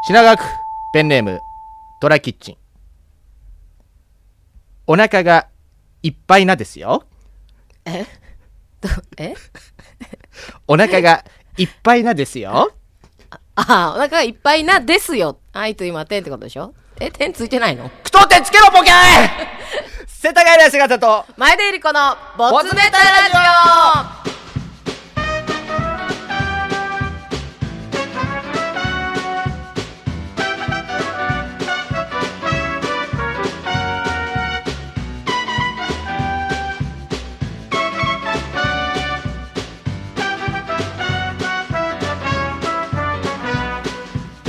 品川区ペンネームドラキッチンお腹がいっぱいなですよえど えお腹がいっぱいなです よああ、お腹がいっぱいな、ですよ。愛と今、点ってことでしょえ、点ついてないの句読点つけろボケ 世田谷の姿と前田ゆり子の、ボツネタラジ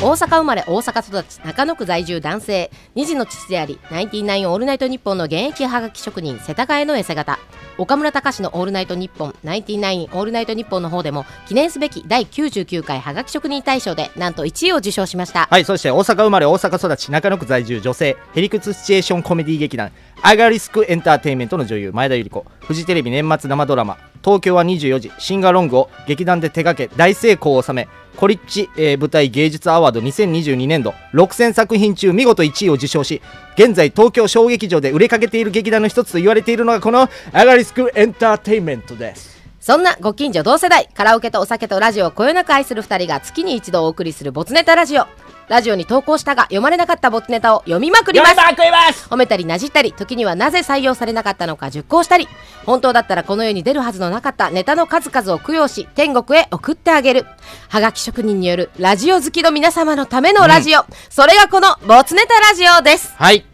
オ大阪生まれ、大阪育ち、中野区在住男性、2児の父であり、ナインティナインオールナイトニッポンの現役はがき職人、世田谷のエセ型。岡村隆史のオールナイトニッポン、ナインティナインオールナイトニッポンの方でも、記念すべき第99回はがき職人大賞で、なんと1位を受賞しました。はいそして大阪生まれ大阪育ち中野区在住女性ヘリクツシチュエーションコメディ劇団アガリスクエンターテインメントの女優前田由里子フジテレビ年末生ドラマ「東京は24時シンガーロング」を劇団で手掛け大成功を収めコリッチ、えー舞台芸術アワード2022年度6000作品中見事1位を受賞し現在東京小劇場で売れかけている劇団の一つと言われているのがこのアガリスクエンターテインメントですそんなご近所同世代、カラオケとお酒とラジオをこよなく愛する二人が月に一度お送りするボツネタラジオ。ラジオに投稿したが読まれなかったボツネタを読みまくります。食います褒めたりなじったり、時にはなぜ採用されなかったのか熟考したり、本当だったらこの世に出るはずのなかったネタの数々を供養し、天国へ送ってあげる。はがき職人によるラジオ好きの皆様のためのラジオ。それがこのボツネタラジオです。はい、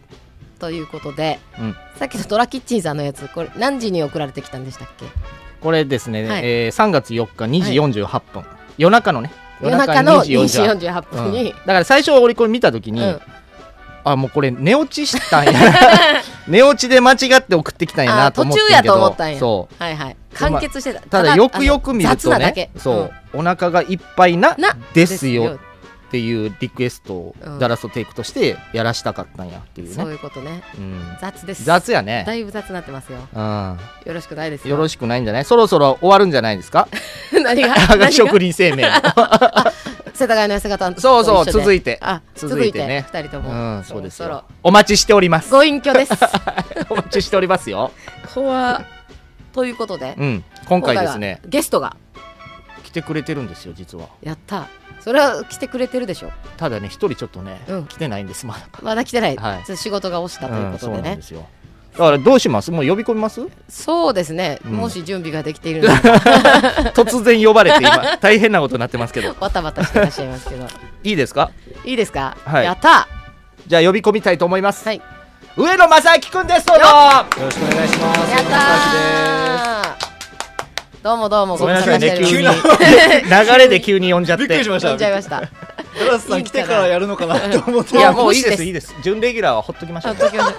ということで、うん、さっきのドラキッチンさんのやつ、これ何時に送られてきたんでしたっけこれですね、はいえー3月4日2時48分、夜中のね夜中の2時48 48分、分うに、んだから最初俺これ見た時に、うんあもうこれ寝落ちしたんや 寝落ちで間違って送ってきたんやあなと途思って中んやけどと思ったんやそうはいはいまあ完結してた、ただよくよく見るあとの雑なだねけそう、お腹がいっぱいななですよっていうリクエストをうんダラストテイクとしてやらしたかったんやっていうねそういうことねうん、雑です雑やだねいぶ雑になってますようんよろしくないですよろししくないんじゃないそろそろ終わるんじゃないですかく 何 があ何がが職人生命の世田谷の痩せ方とそうそう一緒で続いてあ続続いいててね二人とうもんそうですろよお待ちしておりまろすご隠居です お待ちしておりますよ怖ということで うん今回ですね今回はゲストが来てくれてるんですよ実はやったそれは来てくれてるでしょただね一人ちょっとね、うん来てないんですまだまだ来てない、はいちょっと仕事が落ちたということうんそうなでんねで、すよだからどうしますもう呼び込みます そうですね、うんもし準備ができているので突然呼ばれて今大変なことになってますけどバタバタしてらっしゃいます けどいいですかいいですか、はいやったじゃあ呼び込みたいと思います、はい上野正明くんですどうぞよろしくお願いしまやったーどうもどうもごめんな無沙さい汰しねており急ますに 流れで急に呼んじゃってびっくりしました。呼んじゃいまダしたラスさん来てからやるのかなと思っいて。あやりがもういいですいいいです準レギュラーはほっときましょあう、ね時々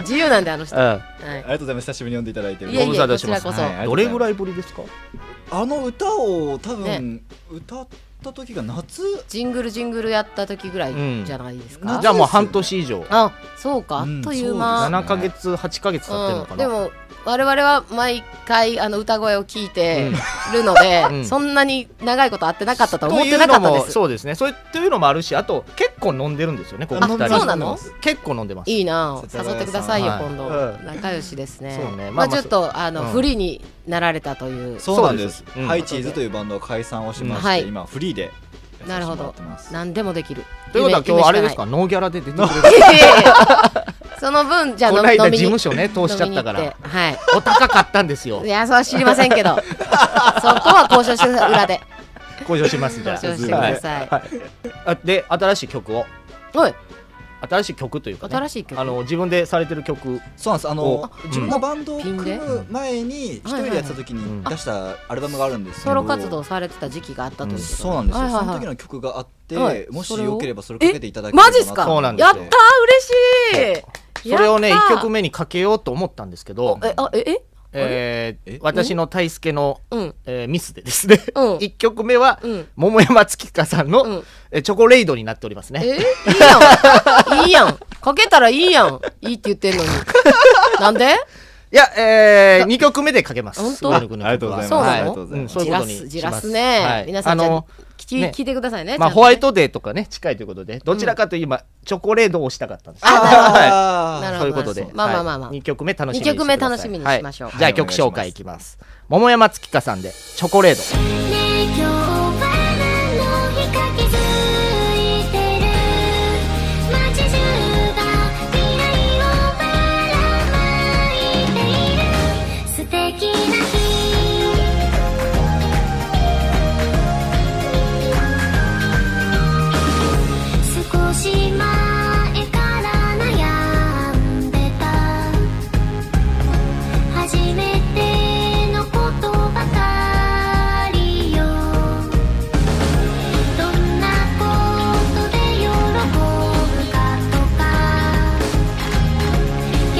自由なんであの人、うはんい、とうございます。久しぶりに呼んでいただいて。いえいご無え沙こ汰しちまらすこそ、はいどれぐらいぶりですかあの歌を多分歌った時が夏。ジングルジングルやった時ぐらいじゃないですか、うんじゃあもう半年以上あそうかあうんっというあ間、 7か月8か月経ってるのうかん、な、でも我々は毎回あの歌声を聞いてるのうで、んそんなに長いこと会ってなかったとは思ってなかったというでのもすそうですねそうというのもあるしあと結構飲んでるんですよねここあ二人そうなの結構飲んでますいいな世誘田谷ってくださいよ、さん今度、はい仲良しですねそうねままあまああ、ちょっとあの、うんフリーになられたというそうなんでそすうです。うんハイチーズというバンドは解散をしまうんはしいて、今フリーで。なるほどな何でもできるということは今日あれですかノーギャラで出てくれる夢夢しかないいやいやその分 じゃあこの飲間み事飲務みに所 ね通しちゃったか飲みにら行ってはいお高かったんですよいやそれは知りません けどそこは交渉してください裏で向上しますじゃあ交渉してください、はいあで新しい曲をおい新しい曲というか、ね、新しい曲あの自分でされてる曲そうなんです。あおの自分のバンドを組ピンむ前に一人でやってた時に出したアルバムがあるんですけど。ソロ活動されてた時期があったということそうなんですよ。はいはいそはいの時の曲があはってい、もしそれをよければそれかけていただければマなとジっすかそうなんですやよったー嬉しいそれをねやっ1たー曲目にかけようと思ったんですけど、えあえええーえ私の大輔の、うんえーミスでですね、一うん1曲目は、うん桃山月花さんの、うんえーチョコレートになっておりますね。えいいやんいいやんかけたらいいやんいいって言ってんのになんでいや、えー、2曲目でかけます。本当上野くんのありがとう曲ごはざいそうなのます。ありがとうございうんます。そういじうこらとにしすますじらすね、はい皆さんじあゃあの聞き、ね聞いてくださいねまあ、ちゃんとねホワイトデーとかね近いということでどちらかというと今チョコレートをしたかったんですはあなーるいほどそういうことでまあまあまあまあ2曲目楽しみにしてください二曲目楽しみにしましょうはいじゃあはい曲紹介いきます桃山月香さんで「チョコレート」ねえ今日は何の日か気づいてる街中が未来をばらまいている素敵な日少し前から悩んでた初めてのことばかりよどんなことで喜ぶかとか結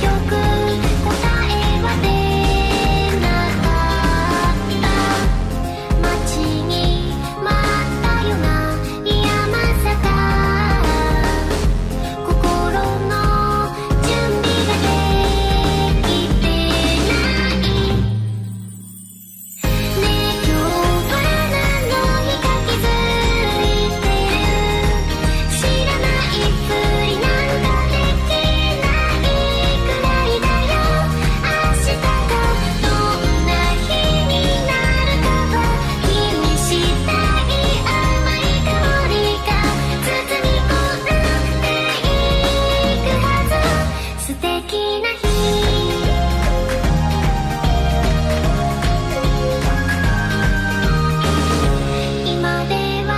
局答えは出なかった街に待ったよな「いやまさか」「心の準備ができてない」「ねえ今日は何の日か気づいてる」「知らないふりなんかできないくらいだよ」「明日がどんな日になるかを君したい甘い香りが包み込んでいくはず」「素敵な日」今では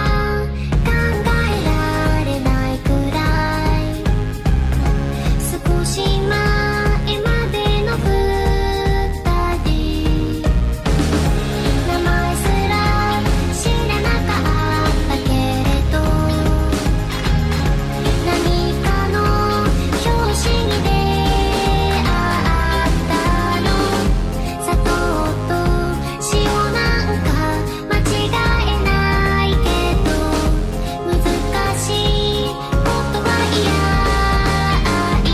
考えられないくらい少し前までの二人名前すら知らなかったけれど何かの表紙に出会ったの砂糖と塩なんか間違えないけど難しいことは嫌い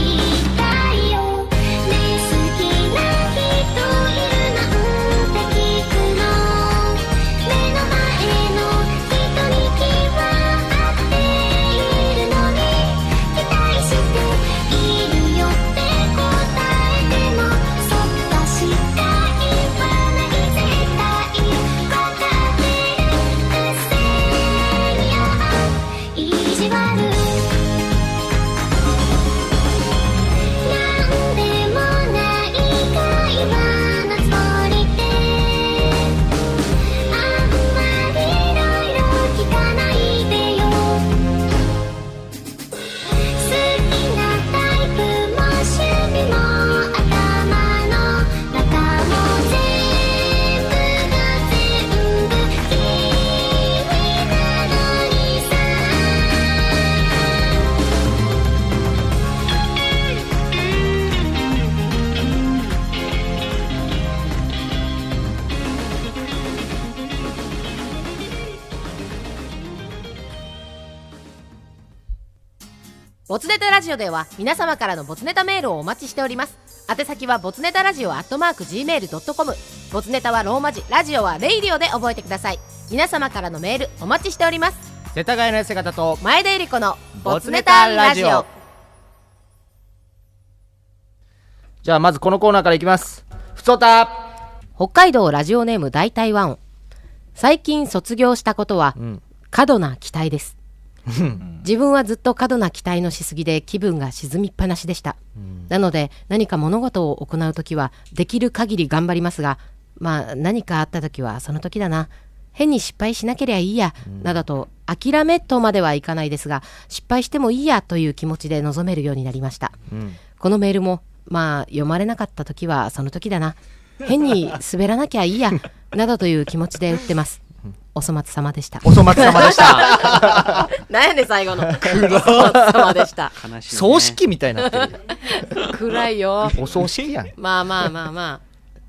たいよねえ好きな人いるなんて聞くの目の前の人に気は合っているのに期待しているよって答えてもそっとしか言わない絶対わかってるくせによ意地悪なんでもない会話のつもりであんまりいろいろ聞かないでよ好きなタイプも趣味も頭の中も全部が全部君なのにさボツネタラジオでは皆様からのボツネタメールをお待ちしております宛先はボツネタラジオアットマーク Gmail.com ボツネタはローマ字ラジオはレイディオで覚えてください皆様からのメールお待ちしております世田谷の痩せ方と前田ゆり子のボボツツネネタタララジジオオじゃあまずこのコーナーからいきますふつおた北海道ラジオネーム大体ワン最近卒業したことは、ん過度な期待です自分はずっと過度な期待のしすぎで気分が沈みっぱなしでした、なので何か物事を行う時はできる限り頑張りますがまあ何かあった時はその時だな変に失敗しなけりゃいいや、などと諦めとまではいかないですが失敗してもいいやという気持ちで臨めるようになりました、このメールもまあ読まれなかった時はその時だな変に滑らなきゃいいやなどという気持ちで打ってますお粗末様でしたお粗末様でしたなんやねん最後のお粗末様でした悲しい、ね。 葬式みたいになってる暗いよお葬式やんまあまあまあまあ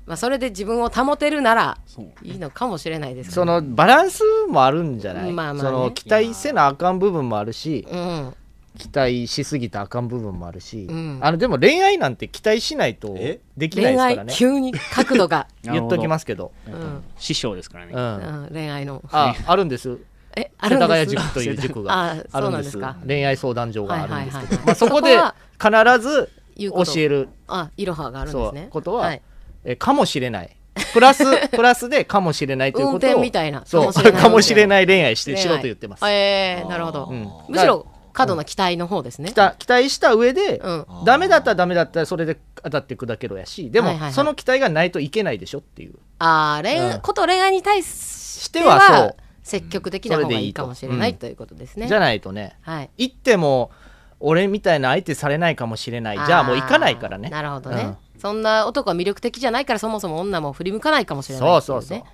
まあそれで自分を保てるならそう。いいのかもしれないですけどそのバランスもあるんじゃない、まあまあねその期待せなあかん部分もあるしうん期待しすぎたらあかん部分もあるし、うんあのでも恋愛なんて期待しないとえできない恋ですから愛ね急に角度が、言っときますすけど、うやっぱん師匠ですからね。うんうん、恋愛のああるんですえあ世るん田で谷す塾という塾あがあそうるんでなんですすか恋愛相談所があるんですけど、はいはいはいまあ、そこでそこは必ずいう教ことえるあイロハがあるんですね、そうことはいえかもしれないプラス プラスでかもしれないということを運転みたいなそうかもしれないかもしれない恋愛してしろと言ってます、えー、なるほど、うんむしろ過度な期待の方ですね期。待期待した上で、うん、あーダメだったらダメだったらそれで当たって砕けろやしでも、はいはいはいその期待がないといけないでしょっていうあー恋、うんこと恋愛に対してしてはそはう積極的な方がいいかもしれないということですね。じゃないとねはい、行っても俺みたいな相手されないかもしれないじゃあもう行かないからねなるほどね、そんな男は魅力的じゃないからそもそも女も振り向かないかもしれない、そうそうそうね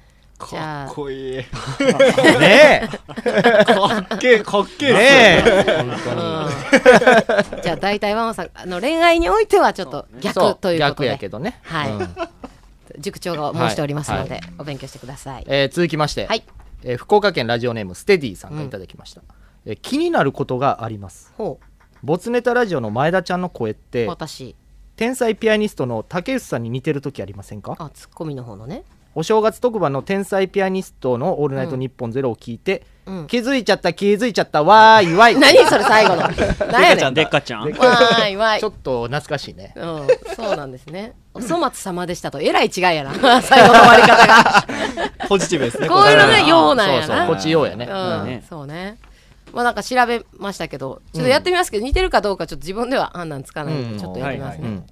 じゃあかっこいい ねかっけえ、かっけえねえうん じゃあ大体ワンワンさんあの恋愛においてはちょっとそう逆ということ逆でやけどね、はいうん塾長が申しておりますので、はお勉強してください。えー続きまして、はいえー福岡県ラジオネームステディさんがいただきました、えー気になることがありますほうボツネタラジオの前田ちゃんの声って私天才ピアニストの竹内さんに似てる時ありませんかあツッコミの方のねお正月特番の「天才ピアニストのオールナイトニッポンゼロを聞いて、うん気づいちゃった気づいちゃったわーいわい 何それ最後の何やねんわでっかちゃん。ーいわーいちょっと懐かしいねうん、そうなんです ね。お粗末様でしたと、えらい違いや な、最後の終わり方が。ポジティブですねこういうの答えがはようなんやそうそうな。こっちようやね、うん、ねそうね。まあなんか調べましたけど、ちょっとやってみますけど、似てるかどうかちょっと自分では判断つかないんうんで、ちょっとやってみますうね。ん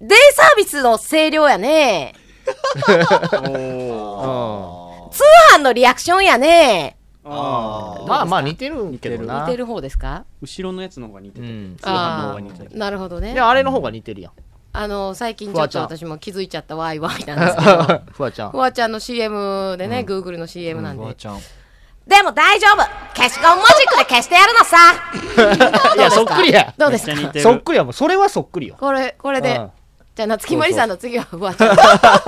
デイサービスの声量やね。通販のリアクションやね。あまあまあ似てるけどな似てる方ですか後ろのやつの方が似てうて、ん通販の方が似てあてー。なるほどいね。やあれの方が似てる やんあの、最近フちょワっちゃとん私も気づいちゃったわいわいなんで すけど。フワちゃんフワちゃんの CM でね、Google の CM なんで、フワちゃんでも大丈夫消しゴムマジックで消してやるのさいやそっくりやどうですかめっちゃ似てるそっくりやもうそれはそっくりよこれこれで、うんじゃあ夏木マリさんの次はフワちゃん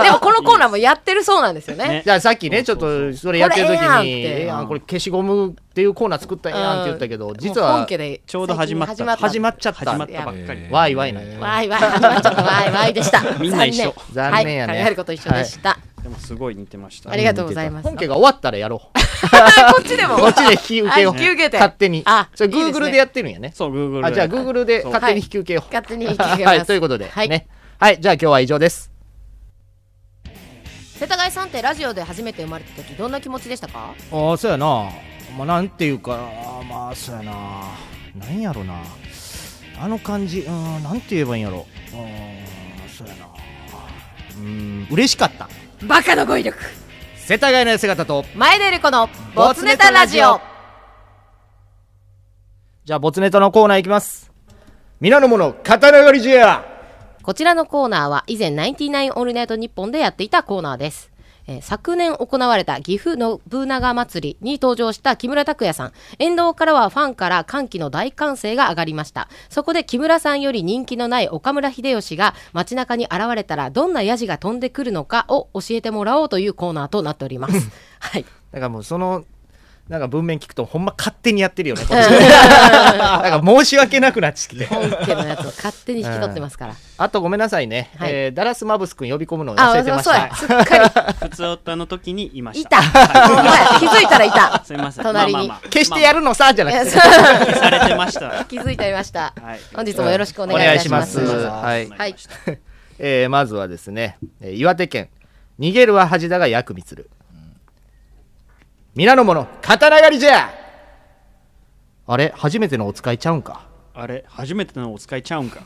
でもこのコーナーもやってるそうなんですよねねじゃあさっきねちょっとそれやってる時に「ええやんこれ消しゴムっていうコーナー作ったうんやん」って言ったけど実もうは本家でちょうど始まった最近始まっ始まったちゃった始まったばっかり。わいわいなんやわいわい始まっちゃったわいわいでしたみんな一緒残念やねはい、考えること一緒でした、でもすごい似てました。ありがとうございます本家が終わったらやろうあこっちでもこっちで引き受けようあ引き受けて勝手にあそれいいですね Google でやってるんやねそう、Google あじゃあ Google でそう勝手に引き受けよう勝手に引き受けまはすいということではいねはいじゃあ今日は以上です世田谷さんってラジオで初めて生まれた時どんな気持ちでしたかああそうやなまあなんていうかまあそうやななんやろなあの感じうんなんて言えばいいんやろうんそうやなうん嬉しかったバカの語彙力世田谷の姿と前田ゆり子のボツネタラジオじゃあボツネタのコーナーいきます皆の者刀狩りじゃこちらのコーナーは以前ナインティナインオールナイトニッポンでやっていたコーナーです。えー昨年行われた岐阜のブーナガ祭りに登場した木村拓哉さん沿道からはファンから歓喜の大歓声が上がりましたそこで木村さんより人気のない岡村秀吉が街中に現れたらどんなヤジが飛んでくるのかを教えてもらおうというコーナーとなっております はいだからもうそのなんか文面聞くとほんま勝手にやってるよ ねこっちなんか申し訳なくなっちゃって本家のやつを勝手に引き取ってますから、あとごめんなさいね、はいえーダラスマブス君呼び込むのあ忘れてましそうたやすっかり普通歌の時にいましいた。たほんまや気づいたらいた すいません。隣にまあまあまあ決してやるのさじゃなくいてやそうまあまあ消されてました。気づいていました、はい本日もよろしくお願いいたしますお願いしますはいえーまずはですね、えー岩手県逃げるは恥だが役にする、皆の者刀狩りじゃあれ初めてのお使いちゃうんかあれ、初めてのお使いちゃうんか。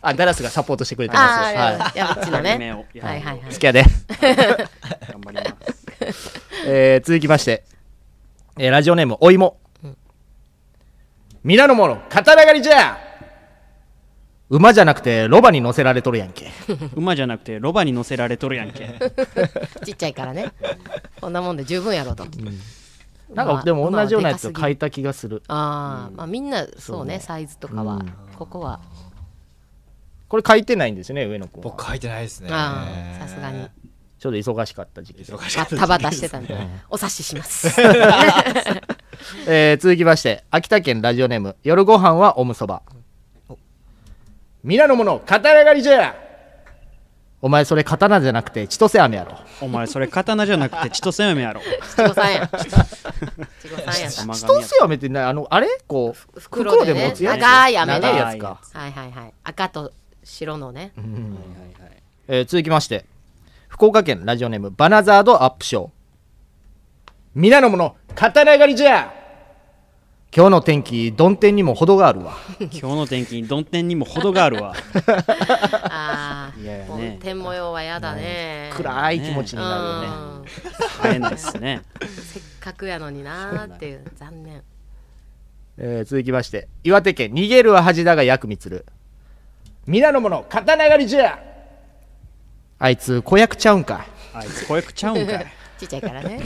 あダラスがサポートしてくれてますああ、はやぶっちのやめねよ。うはいはいはいい、。付き合いで、頑張ります。えー続きまして、えーラジオネームお芋、皆の者刀狩りじゃ馬じゃなくてロバに乗せられとるやんけ馬じゃなくて、ロバに乗せられとるやんけ。ちっちゃいからね。こんなもんで十分やろうと。なんまかあでも同じようなやつまあでかすぎ書いた気がするああ、まあみんなそうね、サイズとかは。ここは。これ書いてないんですよね上の子は僕書いてないですねああ、さす がに。ちょうど忙しかった時期忙しバかっ たッタバタしてたんで。お察しします。えー続きまして秋田県ラジオネーム夜ご飯はおむそば皆の者刀狩りじゃやお前それ刀じゃなくて千歳飴やろお前それ刀じゃなくて千歳飴やろちごさんやん。ちごさんやんさ。玉千神や歳飴ってなあのあれこう袋でね持つやつ長い飴ね長いやつか、はいはいはい。赤と白のね。えー続きまして福岡県ラジオネームバナザードアップショー皆の者刀狩りじゃ今日の天気どん天にも程があるわ今日の天気にどん天にも程があるわああ。いやいや梵ね天模様はやだね。暗い気持ちになるよねうん会えないっすねせっかくやのになーっていう残念。えー続きまして岩手県逃げるは恥だが薬味つる皆の者刀狩りじゃあいつ子役ちゃうんかあいつ子役ちゃうんかいちっちゃいか らね。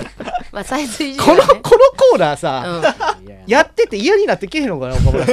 まあサイズ以上、このね。このコーナーさ、やってて嫌になってけえへんのかな岡村さ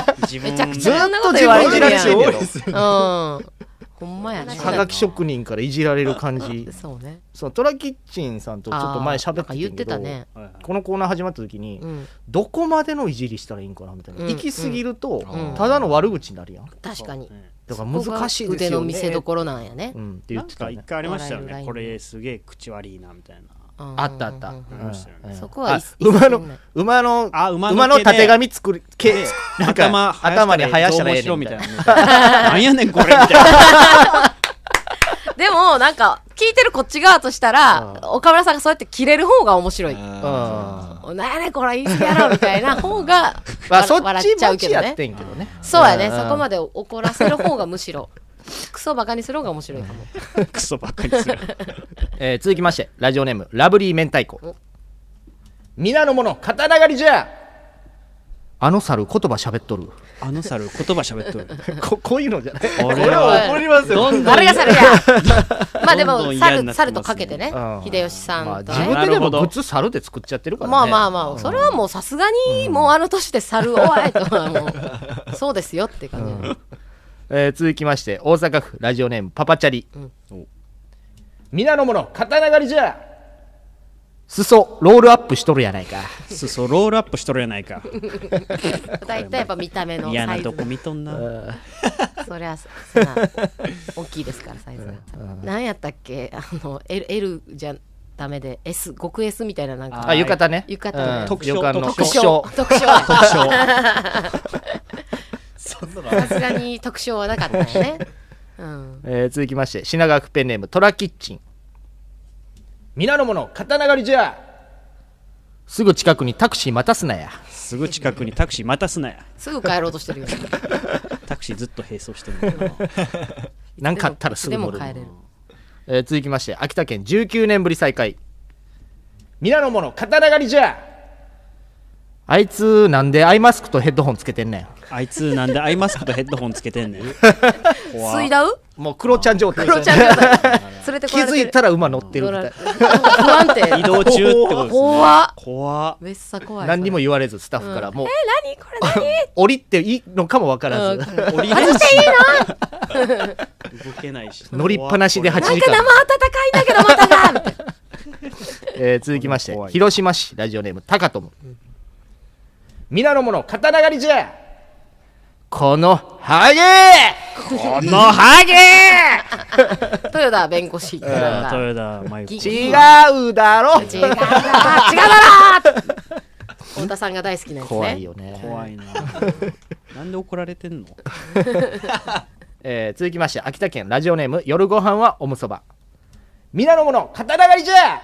ん自分めちゃくちずゃっそんなことと自言われ分ているやじんらしてんやろうん。ほんまやね。はがき職人からいじられる感じそうね。そのトラキッチンさんとちょっと前喋ってたあーなんか言ってたね。このコーナー始まった時に、うん。どこまでのいじりしたらいいんかなみたいな、うん行き過ぎると、うんただの悪口になるやん確かに。だから難しいですよね腕の見せ所なんやねう。んって言なっんてたかね一回ありましたよ笑えるライねンこれすげえ口悪いなみたいなうんあったあった、うんありましたよねうんそこはいあ一切馬のない馬のあ馬の馬の毛でたてがみ作りけなんか頭頭に生やしたらええしろねんみみたたいいなななんやねんこれみたいなでもなんか聞いてるこっち側としたら岡村さんがそうやって切れる方が面白い。あおなんやねんこれ言い過ぎやろみたいな方がーまあわそっ笑ちっちゃ持うちけどやっね。てんけどねそうやうねんそこまで怒らせる方がむしろクソバカにする方が面白いかも。クソばっかりするえー続きましてラジオネームラブリー明太子皆の者刀狩りじゃあの猿言葉喋っとるあの猿言葉喋っと るここういうのじゃない俺はは怒りますよどんどん誰が猿やまあでどんどもん嫌になってます猿猿ねとかけてねうん秀吉さまあんと自ね分ででもなるほどグッズ猿で作っちゃってるからねまあまあまあそれはもうさすがにもうあの年で猿おいとはもうそうですよって感じ。えー続きまして大阪府ラジオネームパパチャリ、皆の者刀狩りじゃ裾ロールアップしとるやないか裾ロールアップしとるやないか大体やっぱ見た目の嫌サなイズとこ見とんなそりゃそそんな大きいですからサイズが何やったっけあの L, L じゃダメで S 極 S みたいななんかあ浴衣ね浴衣ねうん特徴旅館の特特徴特徴は特徴 そんなのさすがに特徴はなかったよねうんえー続きまして品川区ペンネームトラキッチン皆の者刀狩りじゃすぐ近くにタクシー待たすなやすぐ近くにタクシー待たすなやすぐ帰ろうとし てるよタクシーずっと並走してるんだよな何かあったらすぐ乗るでも帰れるえー続きまして秋田県19年ぶり再開皆の者刀狩りじゃあいつなんでアイマスクとヘッドホンつけてんねんあいつなんでアイマスクとヘッドホンつけてんねん吸いだうもうクロちゃん状態クロちゃん状態 連れてこ気られてるづいたら馬乗ってるみたいな不 安定移動中ってことですね怖っ怖っめっさ怖い何にも言言われずスタッフからもう何これ何降りていいのかもわからずうん降りれんし動けないし乗りっぱなしで8時 なんか間、生温かいんだけどまたがみ たいなえー続きまして怖い広島市ラジオネームタカトム皆の者刀狩りじゃこのハゲこのハゲ豊田弁護士違うだろ豊田真由ぎ子違うだろ違うだろ太田さんが大好きなやつね怖いよね怖 いななんで怒られてんのえー続きまして秋田県ラジオネーム夜ご飯はおむそば皆の者刀狩りじゃ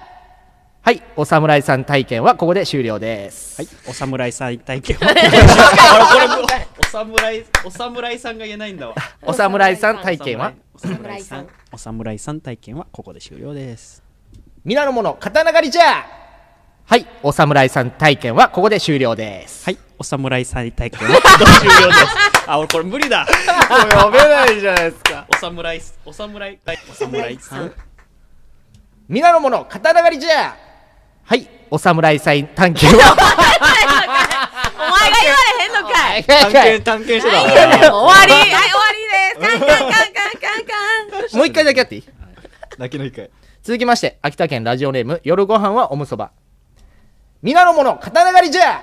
はいお侍さん体験はここで終了ですはい、お侍さん体 験。あれこれお侍お侍さんが言えないんだわ。お侍さん体験はお侍さんお侍さん体験はここで終了です。皆の者刀狩りじゃはいお侍さん体験はここで終了ですはい、お侍さん体験はここで終了です。あ、俺これ無理だ。読めないじゃないですかお侍お侍お侍さん皆の者刀狩りじゃはいお侍さん探検 はお前が言われへんのかい探検探検して何たやねんもう終わりはい終わりですカンカンカンカンカンカンもう一回だけやっていい泣きの一回続きまして秋田県ラジオネーム夜ご飯はおむそば皆の者刀狩りじゃ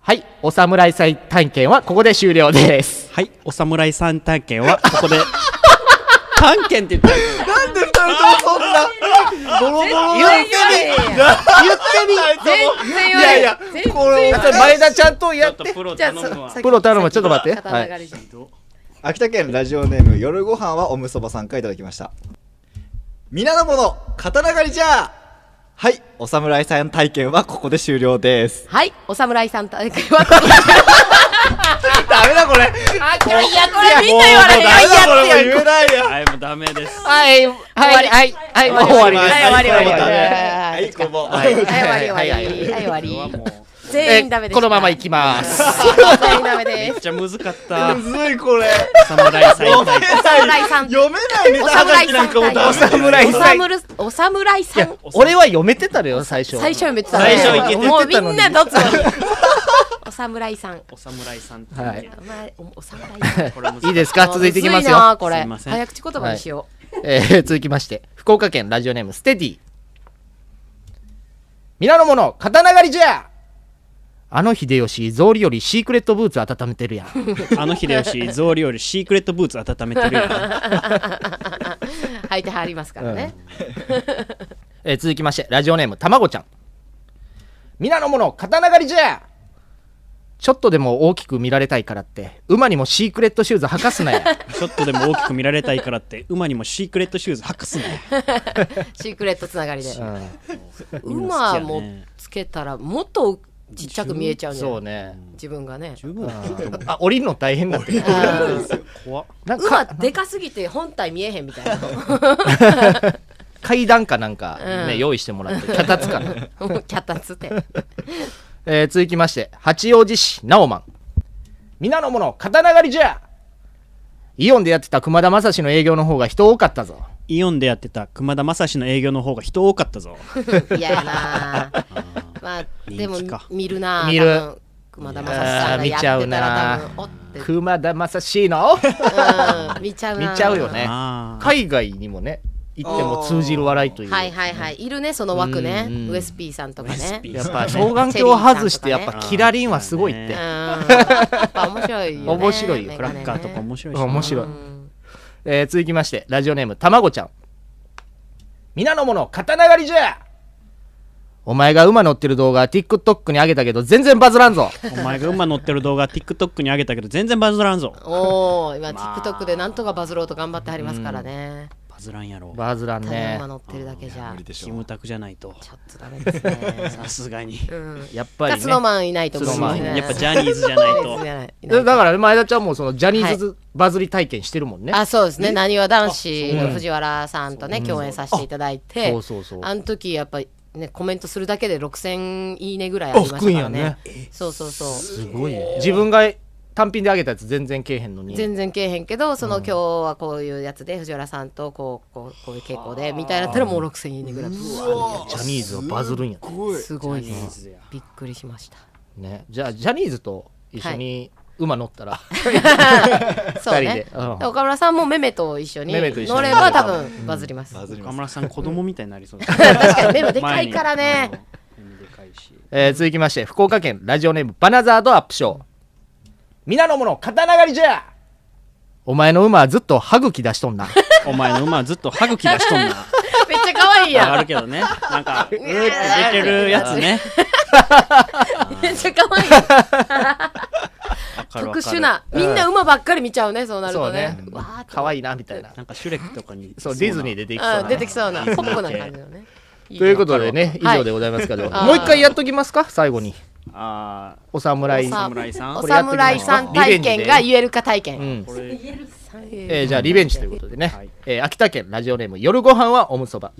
はいお侍さん探検はここで終了ですはい、お侍さん探検はここで。探検って言ったらなんで二人ともそん な、ボロボロな言って言って全然いやいや全然これみやっぱり前田ちゃんとやっ ちょってとプロじゃあ頼むわそ。プロ頼むわちょっと待って刀狩りじゃん秋田県ラジオネーム夜ご飯はおむそばさんからいただきました皆の者刀狩りじゃはいお侍さん体験はここで終了ですはいお侍さん探検はここでダメだこれもあこれいやこれみんな言われるダメだこれやもう言えないやはい、もうダメです。はいはいはいはいもう終わりですはい終わり終わりはいはいここもはいはい終わりはい終わりはい終わりこれはもう全員ダメですこのままい行きます全員ダメめでっすちゃむずかったむ。ずいこれ侍さん読め探検。な侍さいん読めないネタはがきなんかもうダおメだよ侍おささんむるお侍さん俺は読めてたのよ最初最初はめっちゃ最初いけてたのにもうみんなどっちもお侍さんお侍さんは探い検。お前おお侍さ んこれむず。いいですすか続いていきますよむずなこれすいません早口言葉にしよえー続きまして福岡県ラジオネームステディ皆の者刀狩りじゃあの秀吉草履よりシークレットブーツ温めてる やんあの秀吉、草履よりシークレットブーツ温めてるやん。う履いてはりますからねえー続きましてラジオネームたまごちゃん皆の者刀狩りじゃちょっとでも大きく見られたいからって馬にもシークレットシューズ履かすなや ちょっとでも大きく見られたいからって、馬にもシークレットシューズ履かすね。シークレットつながりで馬馬好きやもねつけたらもっとちっちゃく見えちゃうんじゃなそいうね自分がね十分大きいと思う。あ降りるの大変だってる怖っなん馬かでかすぎて本体見えへん みたいな階段かなんか、ねうん用意してもらって脚立かなもうキャッタつ ってえー続きまして八王子市ナオマン皆の者刀狩りじゃイオンでやってた熊田正史の営業の方が人多かったぞイオンでやってた熊田正史の営業の方が人多かったぞ。嫌やなまあでも人気か見るな見る多分熊田正史さんがやってたあー見ちゃうなら多分おって熊田正史のうん見ちゃうな見ちゃうよねああ。海外にもね行っても通じる笑いというはいはいはいいるねその枠ねうんうんウエスピーさんとかねいやっぱ双眼鏡を外してやっぱキラリンはすごいって、うんやっぱ面白いよね面白いよメクガラネねッカーとか面白いしな。面白い、うんえー続きましてラジオネームたまごちゃん皆の者刀狩りじゃお前が馬乗ってる動画 TikTok に上げたけど全然バズらんぞお前が馬乗ってる動画 TikTok に上げたけど全然バズらんぞ。おー今 TikTok でなんとかバズろうと頑張ってはりますからねバズらんやろ。バズらんただね馬乗ってるだけじゃ無理でしキょムタクじゃないと。ちょっとダメですね さすがに。うんやっぱり、かね、スノーマンいないとスノー思マうンねやっぱ ジャニーズじゃないと。だから前田ちゃんもそのジャニーズバズり体験してるもんね、あそうですねなにわ男子そうのだ藤原さんとね共演させていただいてそうそうそうあの時やっぱりねコメントするだけで6000いいねぐらいありましたからねそうそうそうすごいね自分が単品であげたやつ全然けえへんのに全然けえへんけどその今日はこういうやつで藤原さんとこうこうこういう傾向でみたいなったらもう6000いいねぐらいブワージャニーズはバズるんやすごいすごいねジャニーズやびっくりしましたねじゃあジャニーズと一緒に馬乗ったら、 二そうね人でうん岡村さんもメメと一緒にメメと一緒に乗れば多分バズりますバズり岡ます村さん子供みたいになりそうだ。確かにメモ でかいからね前に。うん目でかいし。えー続きまして福岡県ラジオネームバナザードアップショー皆の者刀狩りじゃお前の馬はずっと歯茎出しとんなお前の馬はずっと歯茎出しとんな。めっちゃ可愛いやあんるけどね。なんか、うーって出てるやつね。 めっちゃ可愛いやんわかるわか特る殊。なみんな馬ばっかり見ちゃうねそうなるそとうねねわーって可愛いなみたいななんかシュレックとかに。そうディズニーで出てきそううなん出てきそうなポップな感じのねということでね以はい上でございますけど、あーもう一回やっときますか最後にああ。お侍おお侍さんお侍さん体験が言えるか体う験んこれえーじゃあリベンジということでね、はいえー秋田県ラジオネーム夜ご飯はおむそば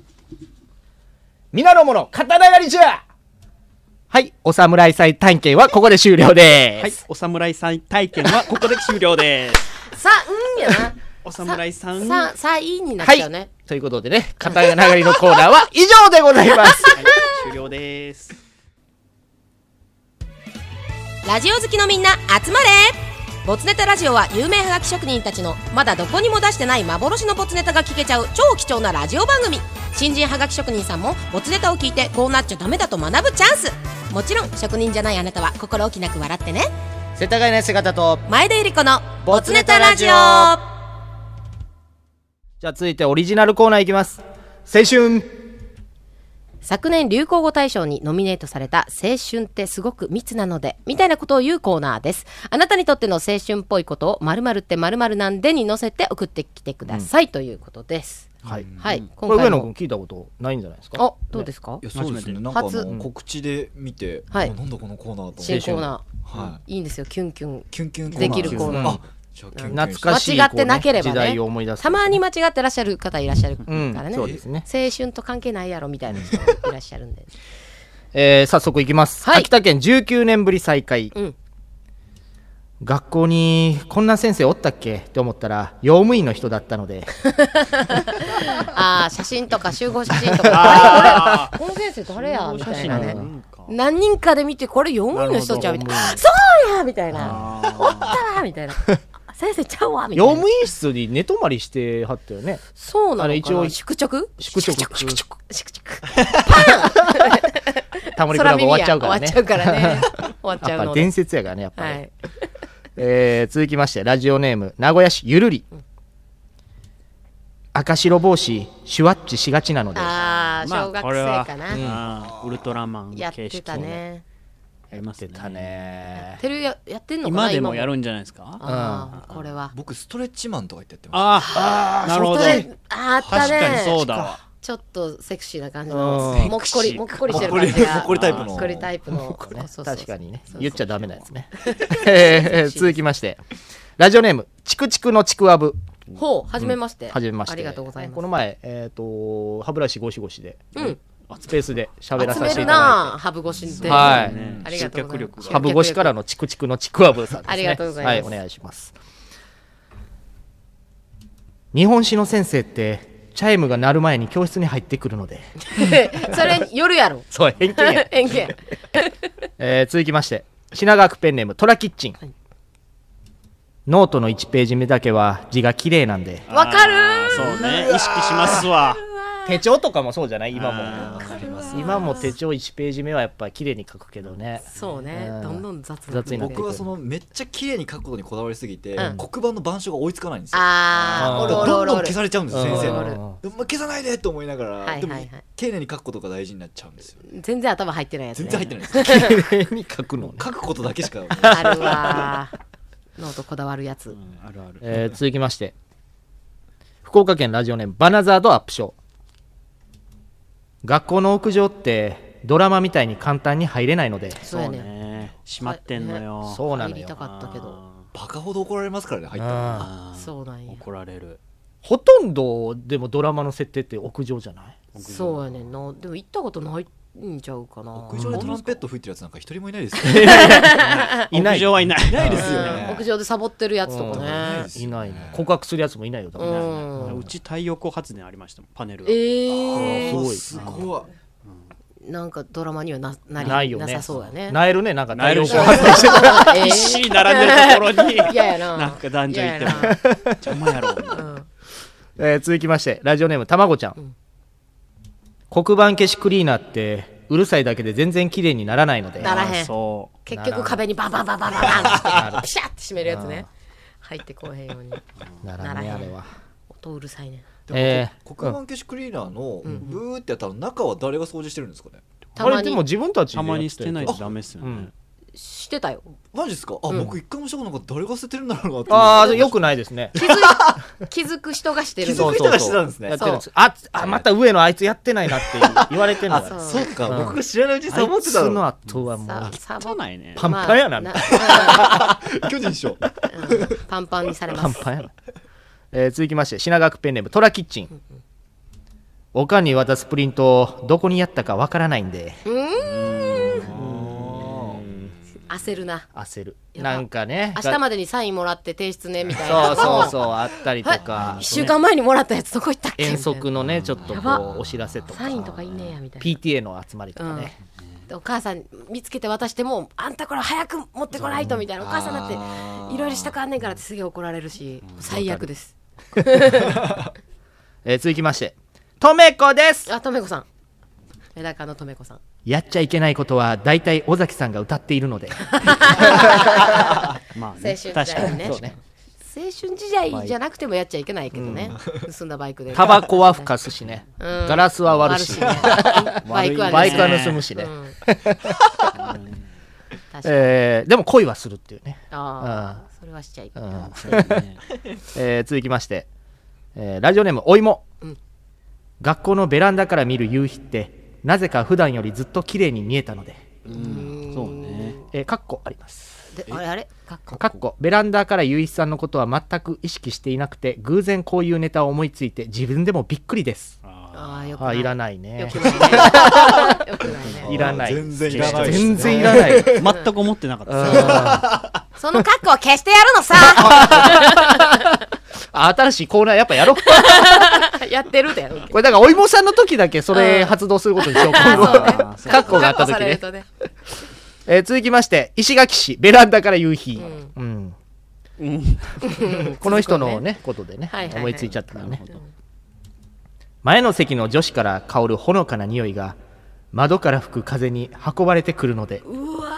皆の者刀狩りじゃはいお侍祭探検はここで終了ではいす、、お侍さん体験はここで終了です。さうんやなお侍さん、ささいいになっちゃうねということでね刀狩りのコーナーは以上でござい ますはい終了です。ラジオ好きのみんな集まれボツネタラジオは有名はがき職人たちのまだどこにも出してない幻のボツネタが聞けちゃう超貴重なラジオ番組新人はがき職人さんもボツネタを聞いてこうなっちゃダメだと学ぶチャンスもちろん職人じゃないあなたは心置きなく笑ってね世田谷の姿と前田ゆり子のボツネタラジオじゃあ続いてオリジナルコーナーいきます青春昨年流行語大賞にノミネートされた青春ってすごく密なのでみたいなことを言うコーナーですあなたにとっての青春っぽいことを〇〇って〇〇なんでに載せて送ってきてください、ということですはいはいこ今れ上回野君も聞いたことないんじゃないですかあどうですか、いやそうですねなんかあ初の告知で見て、はいあなんだこのコーナーと思新ってコーナー、、はいいんですよキュンキュンキュンキュンコーナでーきるコーナーあじゃあキュンキュン懐かしい間違ってなければねこう時代を思い出すたまに間違ってらっしゃる方いらっしゃるからうねん、そうですね、青春と関係ないやろみたいな人いらっしゃる んでえー、早速いきます、はい秋田県19年ぶり再開、うん学校にこんな先生おったっけって思ったら用務員の人だったの でああ写真とか集合写真 とかあれこれこの先生誰やみたいなね何人かで見てこれ4人の人ちゃうみたいなあそうやみたいなおったわみたいなあ先生ちゃうわみた用いな務員室に寝泊まりしてはったよねそうあなれの一か応な宿直宿直宿直宿直タモリク空ラブ耳終やわっちゃうからね終わっちゃうからね終わっちゃやっうぱので伝説やからねやっぱり、はいえー続きましてラジオネーム名古屋市ゆるり、赤白帽子シュワッチしがちなのでああ小学生かななウルトラマンやっ形て式たねやります出たねねてるややってんのかな今でもやるんじゃないですかああこれは僕ストレッチマンとか言ってやってまああなるほどそれああった確かにねそうだわちょっとセクシーな感じのうんもっこりもっこりしてるもっ感こりじがもっこりタイプのもっこりタイプのそうそうそう確かにねそうそう言っちゃダメなやつね えー続きましてラジオネームチクチクのちくわぶほうはじめましてはじめましてありがとうございますこの前えっ、と歯ブラシゴシゴシで、うんスペースで喋ら集さめせてるいただなあハブ越しってはいねありがとうございま集客力すいてハブ越しからのチクチクのちくわぶさんですねありがとうございますはいお願いします日本史の先生ってチャイムが鳴る前に教室に入ってくるので それ夜やろそう偏見 や円形えー続きまして品川区ペンネームトラキッチン、ノートの1ページ目だけは字が綺麗なんでわかるそうね意識しますわ手帳とかもそうじゃない今あも今も手帳1ページ目はやっぱ綺麗に書くけどねそうねうんどんどん雑雑にすなって僕はそのめっちゃ綺麗に書くことにこだわりすぎて、うん黒板の板書が追いつかないんですよあああーおるおるどおるんどんおる消されちゃうんです先生うのんるでも消さないでと思いながら、はいはいはいでも丁寧に書くことが大事になっちゃうんですよ全然頭入ってないやつ全ね然入ってないで す綺麗に書くのね、書くことだけしか あるわー ノートこだわるやつあるあるえー続きまして福岡県ラジオネームバナザードアップショー学校の屋上ってドラマみたいに簡単に入れないのでそうやねね閉まってんのよそうな入のりたよかったけどバカほど怒られますからね入ったらうんあーそうなんや怒られるほとんどでもドラマの設定って屋上じゃないそうやねんなでも行ったことないんちゃうかな屋上でトランペット吹いてるやつなんか一人もいないですよい ない屋上はいないいないですようんね屋上でサボってるやつとかねいないね告白するやつもいないよ多う分ねんうち太陽光発電ありましたもんパネルがえーごいすごいなんかドラマにはななりないよねなさそうやねなえるねなんか大量なえる発生してたえ必死に並んでるところにー 嫌やななんか男女嫌いやてなも邪魔やろうんえー続きましてラジオネームたまごちゃん、ん黒板消しクリーナーってうるさいだけで全然綺麗にならないのでならへんそ結局壁にバンバンバンバンバンバンってピシャって閉めるやつね入ってこうへんようにならならへねんあれは音うるさいねえー黒板消しクリーナーのブーってやったら中は誰が掃除してるんですかねたあまれでもに自分たちうでやたってるまに捨てないとダメっすよねしてたよマジですかあ、僕一回もしたことなんか誰が捨ててるんだろうなってああよくないですね気づい気づく人がしてる気づく人がしてたんですねやってるんですああまた上のあいつやってないなっていう言われてるのあが そうそうか、うん僕が知らないうちにサあボっいてつたのの後はもさうサボ汚いねパンパンやなまあみ巨人師匠うんパンパンにされパまンす。パンやな、えー続きまして品川区ペンネームトラキッチンおかんに渡すプリントをどこにやったかわからないんで焦るな。焦るやばなんかね明日までにサインもらって提出ねみたいそな。うそうそうあったりとか一週間前にもらったやつどこ行ったっけ遠足みのねちょっとやこばうお知らせとたかいなサインとかいいねえやみたい PTA の集まりとかね、な。お母さん見つけて渡してもあんたこれ早く持ってこないとみたいなお母さんだっていろいろしたかんねんからってすげえ怒られるし最悪です。えー続きましてとめこですあとめこさん。メダカのとめこさんやっちゃいけないことは大体尾崎さんが歌っているのでまあ青春ね時代確かにねそうね青春時代じゃなくてもやっちゃいけないけどね、盗んだバイクでタバコはふかすしね、ガラスは割るし、悪ねバイクはねバイクは盗むしね、うん 確かにえーでも恋はするっていうね、ああそれはしちゃいけない えー続きまして、えーラジオネームおいも、うん学校のベランダから見る夕日ってなぜか普段よりずっと綺麗に見えたので、そうねえー、かっこありますであれあれかっこかっこベランダから夕日さんのことは全く意識していなくて偶然こういうネタを思いついて自分でもびっくりですああよくあないーいらないよねくないねよくないねいらない全然いらないですね全然いらない全く思ってなかったその格好を消してやるのさあ新しいコーナーやっぱやろうやってるでこれだからお芋さんの時だけそれ発動することにしよう かあそうね過去があった時されるね、とねえー続きまして石垣市ベランダから夕日、うん この人のねことでね、はいはいはい思いついちゃったからね前の席の女子から香るほのかな匂いが窓から吹く風に運ばれてくるのでうわー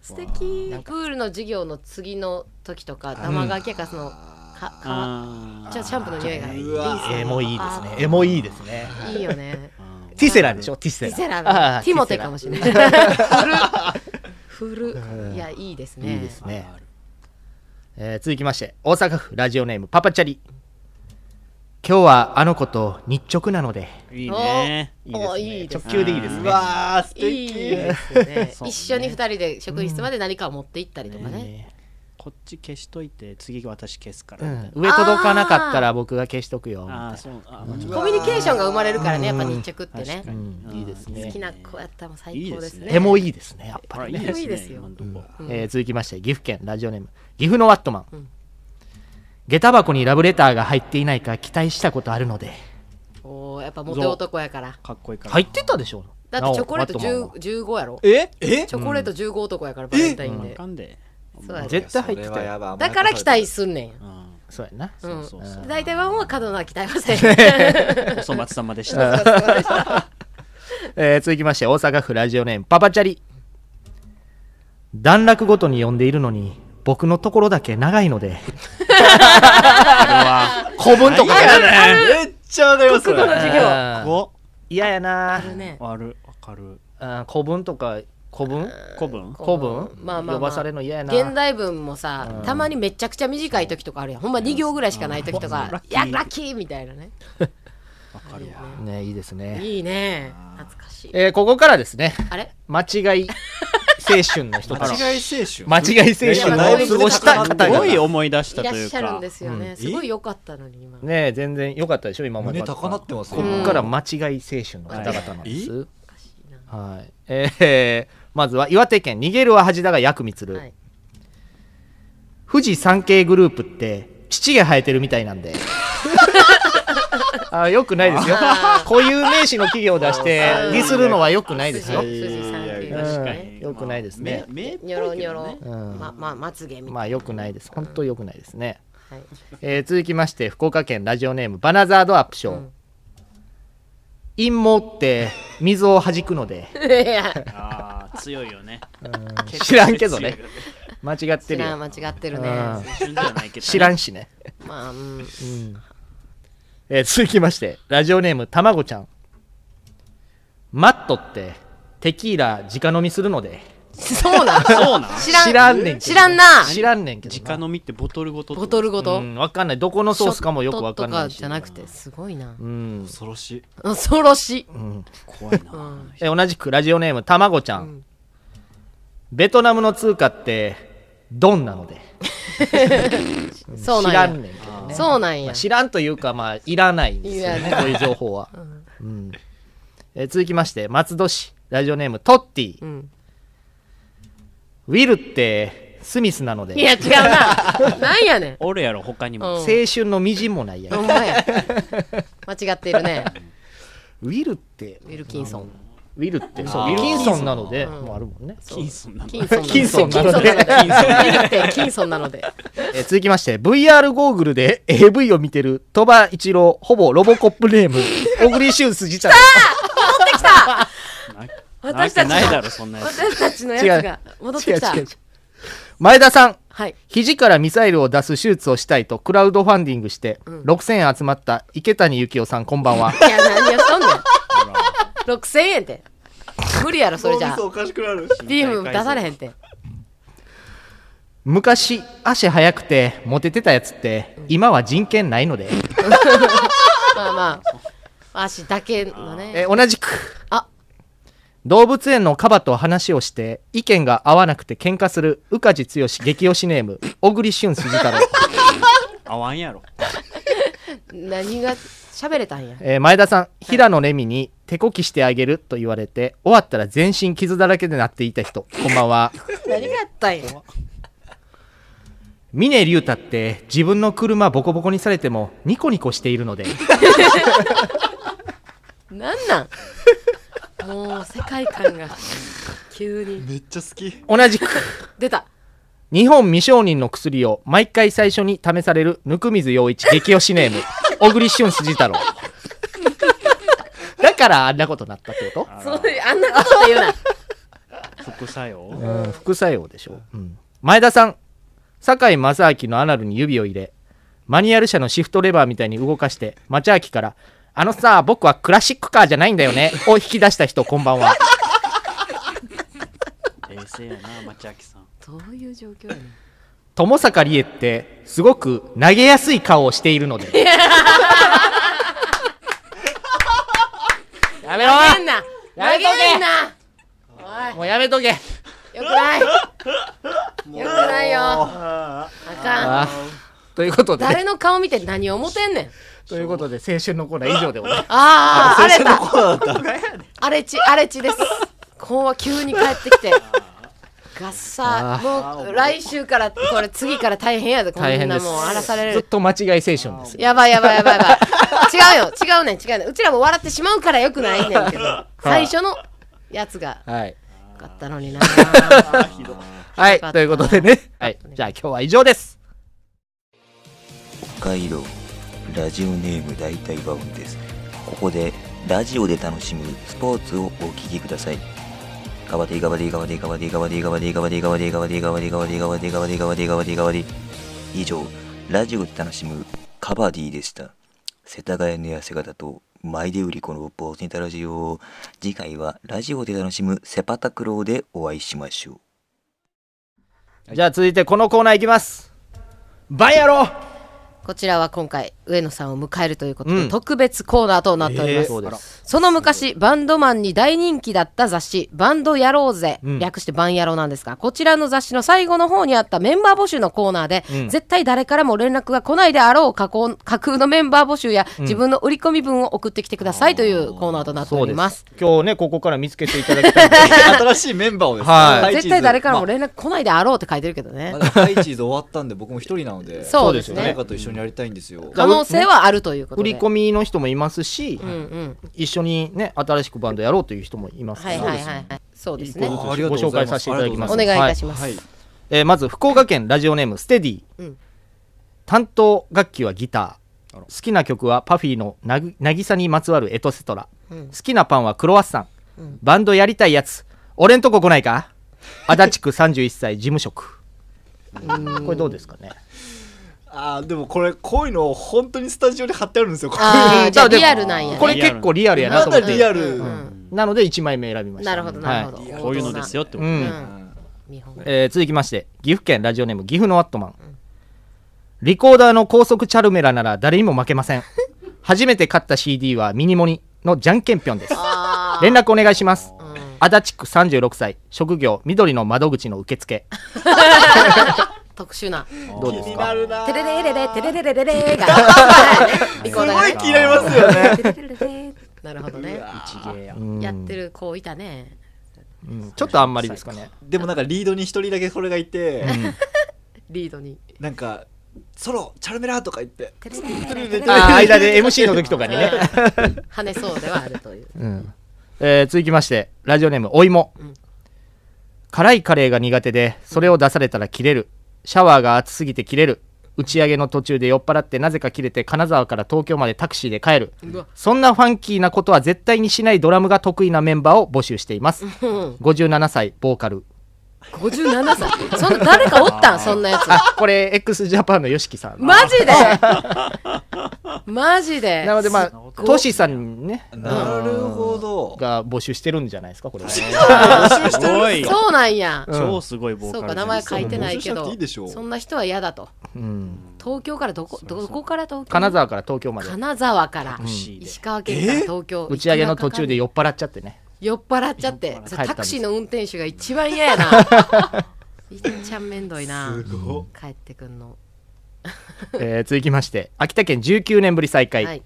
素敵プールの授業の次の時とか玉川家かそのかかあちょシャンプーの匂いがいいエモいいですねエモいいですねいいよねティセラでしょティセラティセラあのーティモテかもしれない古古いやいいですねいいですね、えー続きまして大阪府ラジオネームパパチャリ今日はあの子と日直なのでーいいねおいいですね直球でいいですねわー素いい敵ですねそうね一緒に二人で職員室まで何かを持って行ったりとかねねこっち消しといて次私消すかうらみたいん上届かなかったら僕が消しとくよみたいなあなあそうあまあちょっとコミュニケーションが生まれるからねやっぱ日直ってね確かにうんいいですね好きな子やったらもう最高ですいいですねエモいいですねやっあぱらりいねいいいでですすよね今のとこえー続きまして岐阜県ラジオネーム岐阜のワットマン、下駄箱にラブレターが入っていないか期待したことあるのでおーやっぱモテ男やからかっこいいから入ってたでしょだってチョコレートなおワットマンは10 15やろええチョコレート15男やからバレンタインあでかんでそうやで絶対入ってたよだから期待すんねんうんそうやな、うんそうそう大体ワンは過度な期待はせんお粗末様でしたえー続きまして大阪府ラジオネームパパチャリ段落ごとに呼んでいるのに僕のところだけ長いので古文とかやだねめっちゃわかります国語の授業お嫌やな ねあるわかるあー古文とか古文古文古文まあまあまあ呼ばされるの嫌やな現代文もさたまにめちゃくちゃ短い時とかあるやんほんま2行ぐらいしかない時とうんか「ラッいキやーラッキー!」みたいなねわかるわねいいですねいいね懐かしいえーここからですねあれ間違い青春の人たち間違い青春間違い青今春をだいぶ過ごした方だいすぶ々ごいね思い出しいたらっというしゃるんかですよねすごい良かったのに今え全然良かったでしょ今まで胸高なってますこよこから間違い青春の方々なんです。いはい、えーまずは岩手県逃げるは恥だが役みつる、はい富士山系グループって乳が生えてるみたいなん であよくないですよ固有名詞の企業を出してディスるのはよくないですよ、筋筋三級うがんねよくないですね目目っぽいニョロニョロけどねままあまつげみまたあいよくないです本当よくないですね、なはいえー続きまして福岡県ラジオネームバナザードアップショー、うん陰謀って水を弾くの で いやああ強いよね知らんけどね間違って知るらよん間違ってるねうん青春じゃないけどね知らんしねまあうんえー続きましてラジオネームたまごちゃんマットってテキーラ直飲みするのでそうなんそうなん知らんねんけど知らんな知らんねんけど直飲みってボトルごとボトルごうとんわかんないどこのソースかもよくわかんないショットとかしじゃなくてすごいなうん恐ろしい恐ろしい怖いなえー同じくラジオネームたまごちゃん、ベトナムの通貨ってドンなのでそう知ならんやんねんけどねそうなんまやあ知らんというかまあいらないんですよいねこういう情報 は、うんえー続きまして松戸市ラジオネームトッティ、んウィルってスミスなのでいや違う ななんやねんおるやろ他にうも青春のみじんもないやんほんまや間違ってるねウィルってウィルキンソンウィルってそうウィルキンソンなのでもうあるもんね、金そんなのキンソンキンソンななののででウィルってキンソンなのでえー続きまして VR ゴーグルで AV を見てる鳥羽一郎ほぼロボコップネーム小栗旬辻ちゃん来たなわ私けたちのないだろそんなやつ私たちのやつが戻ってきた違う違う違う前田さんはい肘からミサイルを出す手術をしたいとクラウドファンディングして、6000円集まった池谷幸雄さんこんばんはいや何やっとんねん6000円って無理やろそれじゃ脳みそおかしくなるあビーム出されへんって昔足速くてモテてたやつって今は人権ないのでまあまあ足だけのねえ同じくあ動物園のカバと話をして意見が合わなくて喧嘩する宇梶剛激推しネーム小栗旬辻太郎、合わんやろ何が喋れたんやえー前田さん平野レミに手こきしてあげると言われて終わったら全身傷だらけでなっていた人こんばんは何があったんや峰竜太って自分の車ボコボコにされてもニコニコしているのでなんなんもう世界観が急にめっちゃ好き同じく出た日本未承認の薬を毎回最初に試される温水洋一激推しネーム小栗旬辻太郎だからあんなことなったってこそういうあんなことって言うな副作用と、うん、副作用でしょ、うん、前田さん酒井正明のアナルに指を入れマニュアル車のシフトレバーみたいに動かして町明から「あのさ僕はクラシックカーじゃないんだよね」を引き出した人こんばんは冷静やな町明さんどういう状況やねん友坂理恵ってすごく投げやすい顔をしているのでやめろ投げんなやめ投とけげんなもうやめとけおいよくないよくないよあかんあということで誰の顔見て何を思てんねんということで青春のコーナー以上でございますああ荒れた 荒れ地荒れ地です今は急に帰っ てきてガッサーもう来週からこれ次から大変やでこ大ん変なですもう荒らされずっると間違い青春ですやばいやばいやばいやばい違うよ違うねん違うねんうちらも笑ってしまうからよくないね んけど最初のやつがはいよかったのになはいよかったということでねはいじゃあ今日は以上です北海道ラジオネーム大体バウンですここでラジオで楽しむスポーツをお聞きくださいガバディガバディガバディガバディガバディガバディガバディガバディガバディガバディガバディガバディガバディガバディガバディガバディ以上ラジオで楽しむカバディでした世田谷の痩せ方と前で売り子のボーズネタラジオ次回はラジオで楽しむセパタクローでお会いしましょうじゃあ続いてこのコーナーいきますバンやろこちらは今回上野さんを迎えるということで、うん特別コーナーとなっております,、えーそうですその昔バンドマンに大人気だった雑誌「バンドやろうぜ」うん略して「バンやろう」なんですがこちらの雑誌の最後の方にあったメンバー募集のコーナーで、うん絶対誰からも連絡が来ないであろう架空架空のメンバー募集や、自分の売り込み文を送ってきてくださいというコーナーとなっております今日ねここから見つけていただき たいんで 新しいメンバーをですねはいハイチー絶ズ対誰からも連絡来ないであろうって書いてるけどね、まあまだハイチーズ終わったんで僕も一人なの でそうですそうです誰ねよかと一緒にやりたいんですよ可能性はあるということ売でり込みの人もいますし、うんうん一緒にね新しくバンドやろうという人もいますかはらいはいはいはいそうです一ね個ずつあありがとうご紹ござい介さますせていただきますお願いいたします、はいえーまず福岡県ラジオネームステディ、うん担当楽器はギター好きな曲はパフィーのなぎ「渚にまつわるエトセトラ」うん好きなパンはクロワッサン、バンドやりたいやつ俺んとこ来ないか足立区31歳事務職これどうですかねあーでもこれこういうの本当にスタジオに貼ってあるんですよこれああ、じゃあでもリアルなんや、ね。これ結構リアルやなまと思だって、リアうルんなので1枚目選びましたなるほど、なるほはいど。こういうのですよってこうとんうん。見本えー続きまして岐阜県ラジオネーム岐阜のワットマン、リコーダーの高速チャルメラなら誰にも負けません初めて買った CD はミニモニのじゃんけんぴょんですあ連絡お願いします、ん足立区36歳職業緑の窓口の受付あ、特殊な。どうです気にかなるなテレレレレ、テレレレレレが。リコすーダごーいが気になりますよねテレレレレ なるほどね。うんやってる子いたね。うんちょっとあんまりですかねでもなんかリードに一人だけこれがいてリードに。なんかソロチャルメラとか言ってテレレレレレ レあー間で MC の時とかにね、跳ねそうではあるという。うんえー続きましてラジオネームお芋、辛いカレーが苦手でそれを出されたら切れるシャワーが熱すぎて切れる打ち上げの途中で酔っ払ってなぜか切れて金沢から東京までタクシーで帰るうわそんなファンキーなことは絶対にしないドラムが得意なメンバーを募集していますうん57歳ボーカル57歳そんな誰かおったんそんなやつあこれ x ジャパンの YOSHIKI さんマジでマジでなのでまあすごいトシさんにねなるほ ど。が募集してるんじゃないですかこれはすごいそうなんやうん超すごいボーカそルうか名前書いてないけ募集しなくどていいでしょうそんな人は嫌だとうん東京からどこどこから東京金沢から東京まで金沢からタクシーで石川県から東京打ち上げの途中でいく酔っ払っちゃってねらかかんねん酔っ払っちゃって払っそたれ帰ったタんクですシーの運転手が一番嫌やないっちゃんめんどいなすごっ帰ってくんのえー続きまして秋田県19年ぶり再開、はい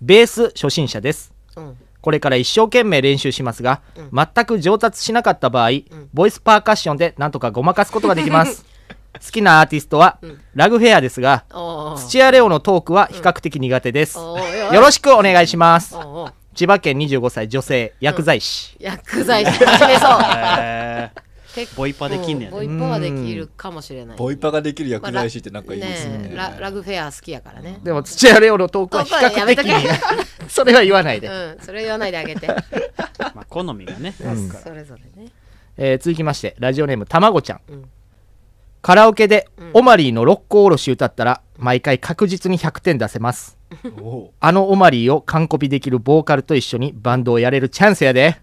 ベース初心者ですうんこれから一生懸命練習しますが、全く上達しなかった場合、んボイスパーカッションでなんとかごまかすことができます好きなアーティストは、んラグフェアですがおー土屋レオのトークは比較的苦手です、おーおーよろしくお願いしますおーおー千葉県25歳女性薬剤師、薬剤師始めそうへー結構ボイパできんねやボイねパはできるかもしれないボイパができるまあ薬ラ剤師ってなんかいいですね。えララグフェア好きやからねでも土屋レオのトークは比トークはや較め的とけに それは言わないで、うんそれ言わないであげてまあ好みがねそれぞれねえー続きましてラジオネームたまごちゃん、うんカラオケで、んオマリーの六甲おろし歌ったら毎回確実に100点出せますおうあのオマリーを完コピできるボーカルと一緒にバンドをやれるチャンスやで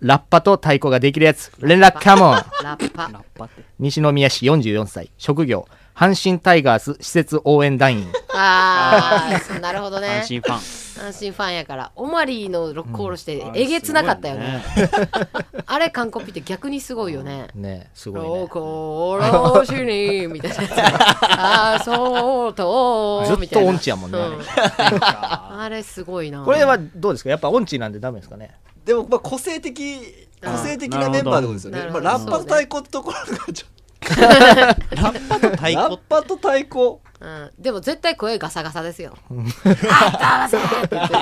ラッパと太鼓ができるやつ連絡カモンラッパラッパって西宮市44歳職業阪神タイガース施設応援団員ああなるほどね阪神ファ阪神ファンやからオマリーのロックオールしてえげつなかったよンねねあれ完コピって逆にすごいよねねすごロいコーロシにみたいなやつあーそうとねずっと音痴やももんね、あれあれすごいなこれはどうですかやっぱ音痴なんでダメですかねでも、まあ、個性的、個性的なメンバーってことですよねな。るまほあ、どラッパとそう太ね鼓ってところがちょっと、ララッパと太ッ鼓パと太鼓。うんでも絶対声ガサガサですよ。あガサガサって言って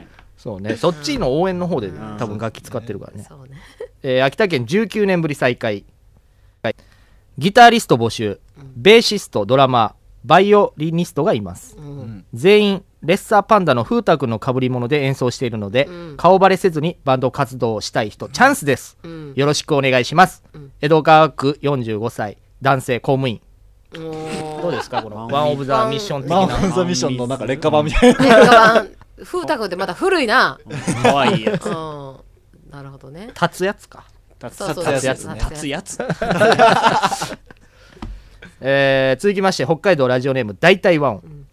るそうねそっちの応援の方で多分楽器使ってるからねそうね。えー秋田県19年ぶり再開はいギタリスト募集ベーシストドラマーバイオリニストがいます、ん全員レッサーパンダの風太くんの被り物で演奏しているので、うん顔バレせずにバンド活動をしたい人チャンスです、うん。よろしくお願いします、ん江戸川区45歳男性公務員どどうですかこワのンワンオブザミッション的マなンハンザミッションのなんか劣化版みたいな。劣化版風太くんってまだ古いな。かわいいやうつん。なるほどね。立つやつか、そうそう立つやつそうね立立つつややつえー続きまして北海道ラジオネーム大体ワン、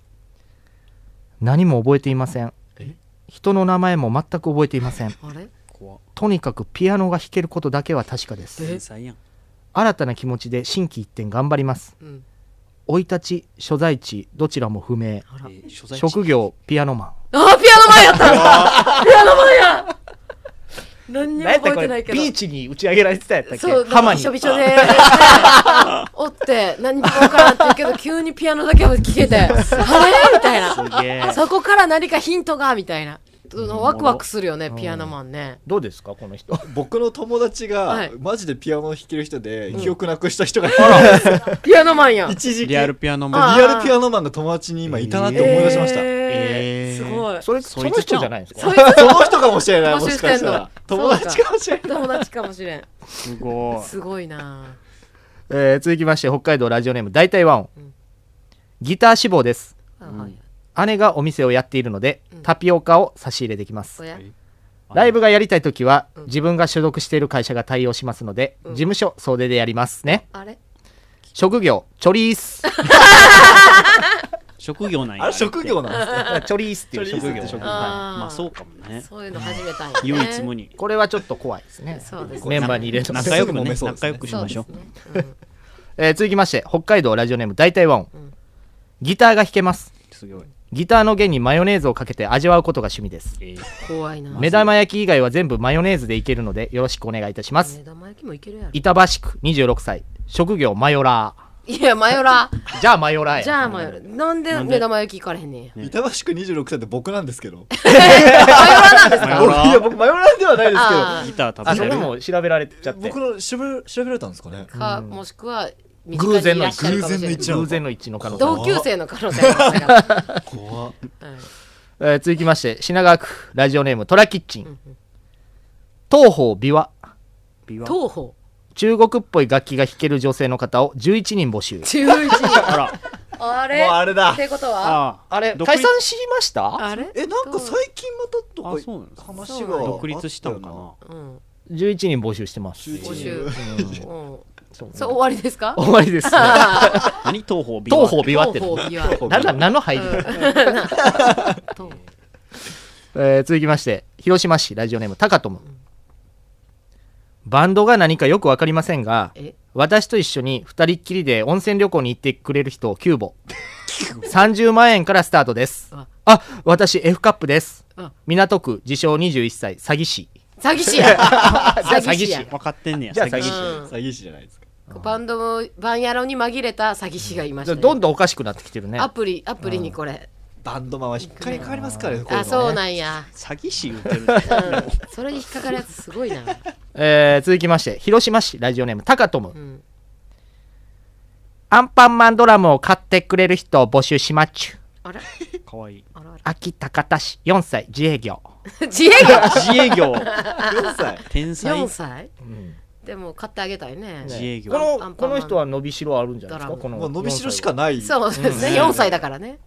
何も覚えていません人の名前も全く覚えていま せんつあれ怖っとにかくピアノが弾けることだけは確かです天才やん新たな気持ちで心機一転頑張りますうん。生い立ち所在地どちらも不明えー所在地職業ピアノマあーピアノ前やったピアノ前や何にも覚えてないけど。ビーチに打ち上げられてたやったっけそう、浜にびしょびしょで、 おって、何にもわからんって言うけど、急にピアノだけは聞けて、あれみたいな。すげえそこから何かヒントがみたいな。ワクワクするよね、ピアノマンね。どうですかこの人僕の友達はがい、マジでピアノを弾ける人で、記憶なくした人が、ピアノマンやん。一時期、リリアアルルピアノあもーピアノマンが友達に今いたなってえー思い出しました。えーすごい。それそそいのつち人ゃんじゃないですかそういうその人かもしれない、募も集ししてかん したのら。友達かもしれない。友達かもしれん。すごいすごいな。えー続きまして北海道ラジオネーム大体ワン、ギター志望ですはい姉がお店をやっているのでうんタピオカを差し入れできますおやライブがやりたいときは、ん自分が所属している会社が対応しますので、うん事務所総出でやりますね。あれ職業、チョリース。職業なんやあれ職業なんですね。チョリースっていう職チョリースっていう職業。業はまあそうかもねそういうの始めたんやね。唯一無二いこれはちょっと怖いですね。そうですメンバーに入れるの。仲良くすぐ揉ねめそうです仲ね良くしましょうそうですねえー続きまして、北海道ラジオネーム大体ワンん。ギターが弾けます。すごいギターの弦にマヨネーズをかけて味わうことが趣味です。えーうん怖いな。目玉焼き以外は全部マヨネーズでいけるので、よろしくお願いいたします目。玉焼きもいけるやろ。板橋区26歳、職業マヨラいや、マヨラ。ー。じゃあマヨラーや。じゃあマヨラ。なんでなんで目玉焼き行かれへんねんや。板橋区26歳って僕なんですけど。マヨ僕ラいや、僕、マヨラーではないですけど。あーギターあ、そ食べこてるも調べられちゃって僕。の調べ調べられたんですかねか、もしくは、身近にいらっしゃるかもしれない偶然の一致なの偶然の一致の可能性同級生の可能性があるから怖っえー続きまして品川区ラジオネームトラキッチン、東方琵琶琵琶東方中国っぽい楽器が弾ける女性の方を11人募集11人あらあれもうあれだってことはああれ独解立散しましたあれえなんか最近またとあかそうなんですか話そうがなんだ独立したのかなうん11人募集してます11募集うんそうそう終わりですか終わりです 何東方美東方琵琶って東方何琵琶なんだ何の入りだ、東方えー続きまして広島市ラジオネームタカトムバンドが何かよく分かりませんがえ私と一緒に2人っきりで温泉旅行に行ってくれる人を9母30万円からスタートですああ私 F カップですあ港区自称21歳詐欺師詐欺師や詐欺師や分かってんねやじゃあ詐欺師うん詐欺師じゃないですかバンドもバンヤロに紛れた詐欺師がいましたねどんどんおかしくなってきてるねアプリアプリにこれバンドマンは引っかり変わりますからねこいのあねそうなんや詐欺師言ってるうんそれに引っかかるやつすごいなえー続きまして広島市ラジオネームタカトム、んアンパンマンドラムを買ってくれる人を募集しまっちゅあらかわいいあらあ秋高田市4歳自営業ら 自営業自営業4歳 天才4歳でも買ってあげたいね自営業こアンパンマのンこの人は伸びしろあるんじゃないですドかラムこのもう伸びしろしかないそうですね4歳だからね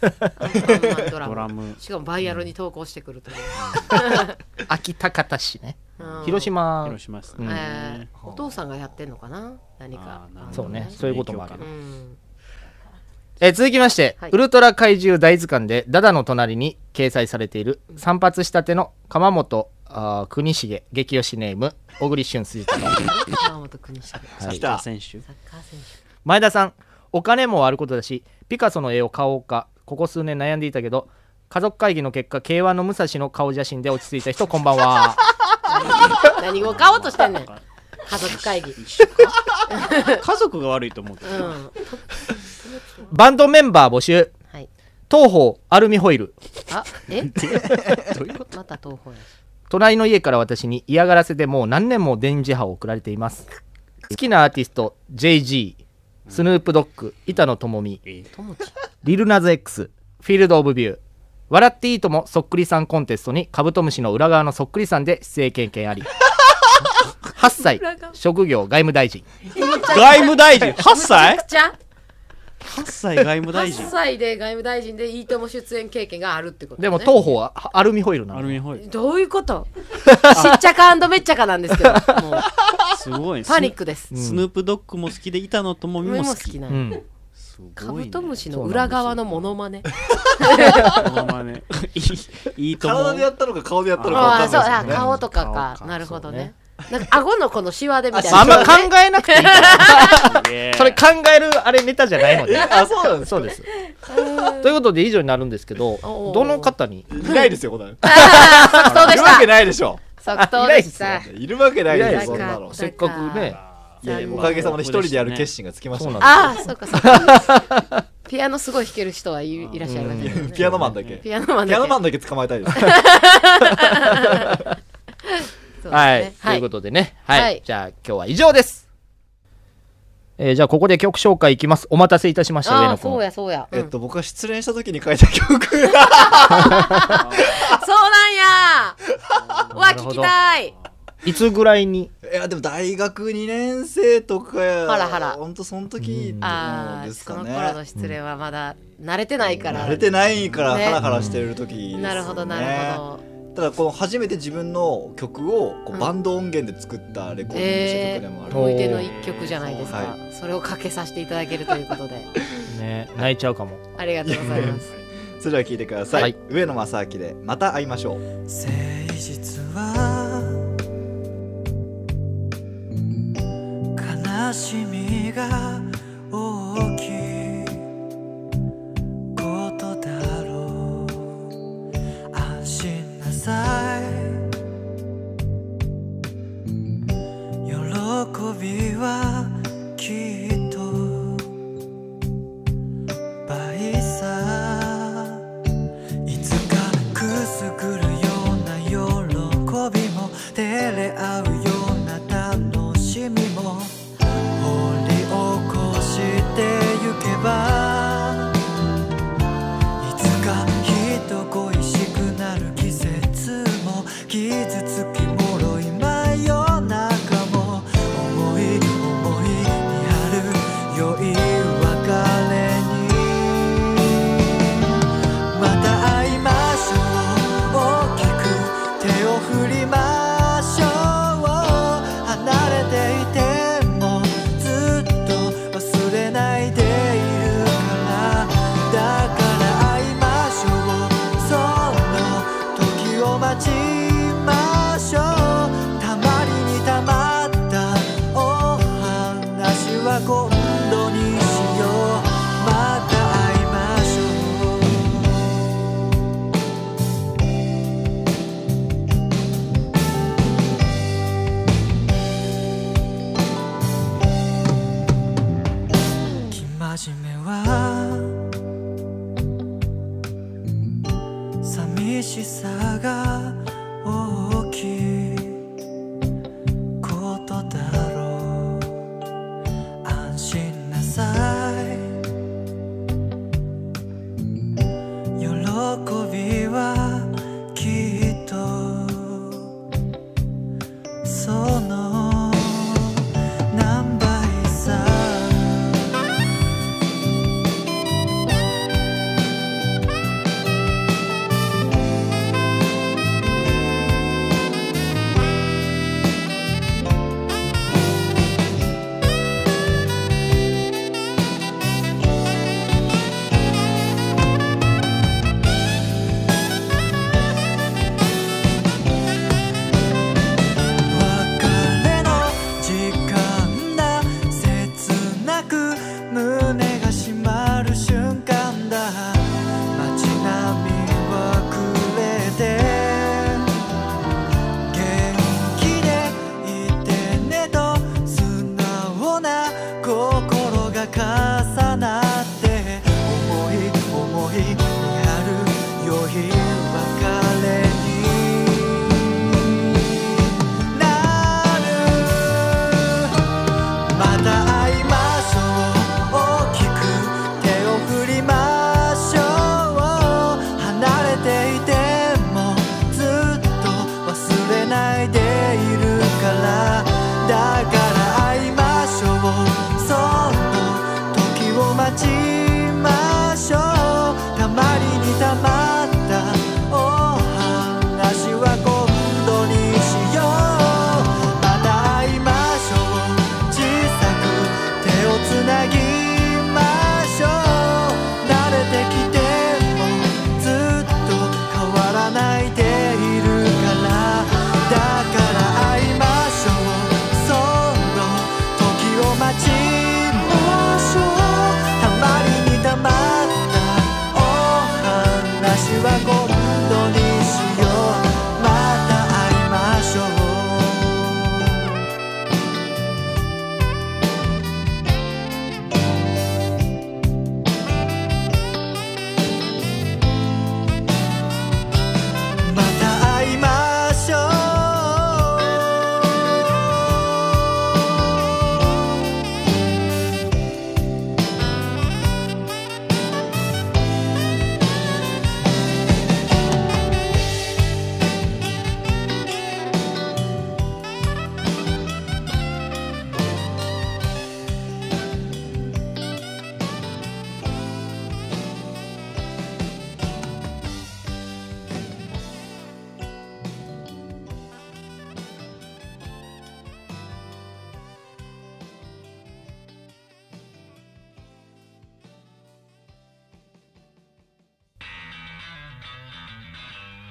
アンパンマンドラムドラムしかもバイアロに投稿してくるという秋高田市ねうん広島広島ですうんねえーお父さんがやってんのかな何かあーなるほどそうねそういうこともあるう、んえー続きまして、はいウルトラ怪獣大図鑑でダダの隣に掲載されている散髪したての鎌本あー国重激推しネーム小栗旬辻太郎 山本君にしてサ来ッカたー選手サッカー選手前田さんお金もあることだしピカソの絵を買おうかここ数年悩んでいたけど家族会議の結果 k 1の武蔵の顔写真で落ち着いた人こんばん は何を買おうとしてんねん家族会議一緒か家族が悪いと思うけうど、んバンドメンバー募集はい東方アルミホイルあ えまた東方や隣の家から私に嫌がらせでもう何年も電磁波を送られています好きなアーティスト JG スヌープドッグ板野友美えーともちリルナズ X フィールド・オブ・ビュー笑っていいともそっくりさんコンテストにカブトムシの裏側のそっくりさんで出演経験あり8歳裏側職業外務大臣外務大臣8 歳くちゃ ?8 歳外務大臣8歳で外務大臣でいいとも出演経験があるってこと、ね、でも東方はアルミホイルなアのルミホイルどういうことしっちゃかめっちゃかなんですけどもうすごいパニックですスヌープドッグも好きで板野友美俺もも好好ききなうのんすごい、ね、カブトムシの裏側のモノマネモノマネ いいいいと思体うでやったのか顔でやったのかああわそうかあんないですよね顔とか顔かかなるほどねそなんか顎のこのシワでみたいなあんま考えなくていいからすげえそれ考えるあれネタじゃないのであそうなんですそう ですということで以上になるんですけどおーどの方にいないですよこんなのい即答でるわけしないでしょた即答でしたいるわけないいでなしょいそんなのせっかくねいやいやおかげさまで一人でやる決心がつきましたそうねなんああそうかそうかピアノすごい弾ける人はいいらっしゃるわけだよね ピアノマンだけピアノマンピアノマンンだけ捕まえたい ですはい、ということでね、はい、はいじゃあ今日は以上です。えーじゃあここで曲紹介いきます。お待たせいたしました、上あ野あそう君。やそうや、うえんっと僕は失恋した時に書いた曲 そうなんやうわなる聞ほきどたいいつぐらいに、いやでも大学2年生とかはらはらほんとその時うんあのあですそかのね頃の失恋はまだ慣れてないから慣れてないからねハラハラしてる時ですよねなるほどなるほどただこの初めて自分の曲をこうバンド音源で作ったレコーディングした曲でもある、思い出の一曲じゃないですか、はそれをかけさせていただけるということ でね、泣いちゃうかも。ありがとうございますそれでは聴いてください、はい上野正明で「また会いましょう」誠実は悲しみが大きいことだろう安心なさい喜びはきっと倍さいつかくすぐるような喜びも照れ合うような楽しみも掘り起こその何倍さ別れの時間だ切なく胸が締まる瞬間だ街並みはくれて元気でいてねと素直な心が重なって思い思いにあるよ日別れになるまた会いましょう大きく手を振りましょう離れていてもずっと忘れないでいるからだから会いましょうそっと時を待ちましょうたまりにたまったお話は今度にしようまた会いましょう小さく手をつなぎましょう慣れてきてもずっと変わらないでいるからだから会いましょうその時を待ちましょうたまりにたまったお話は今度にしようまた会いましょうまた会いましょう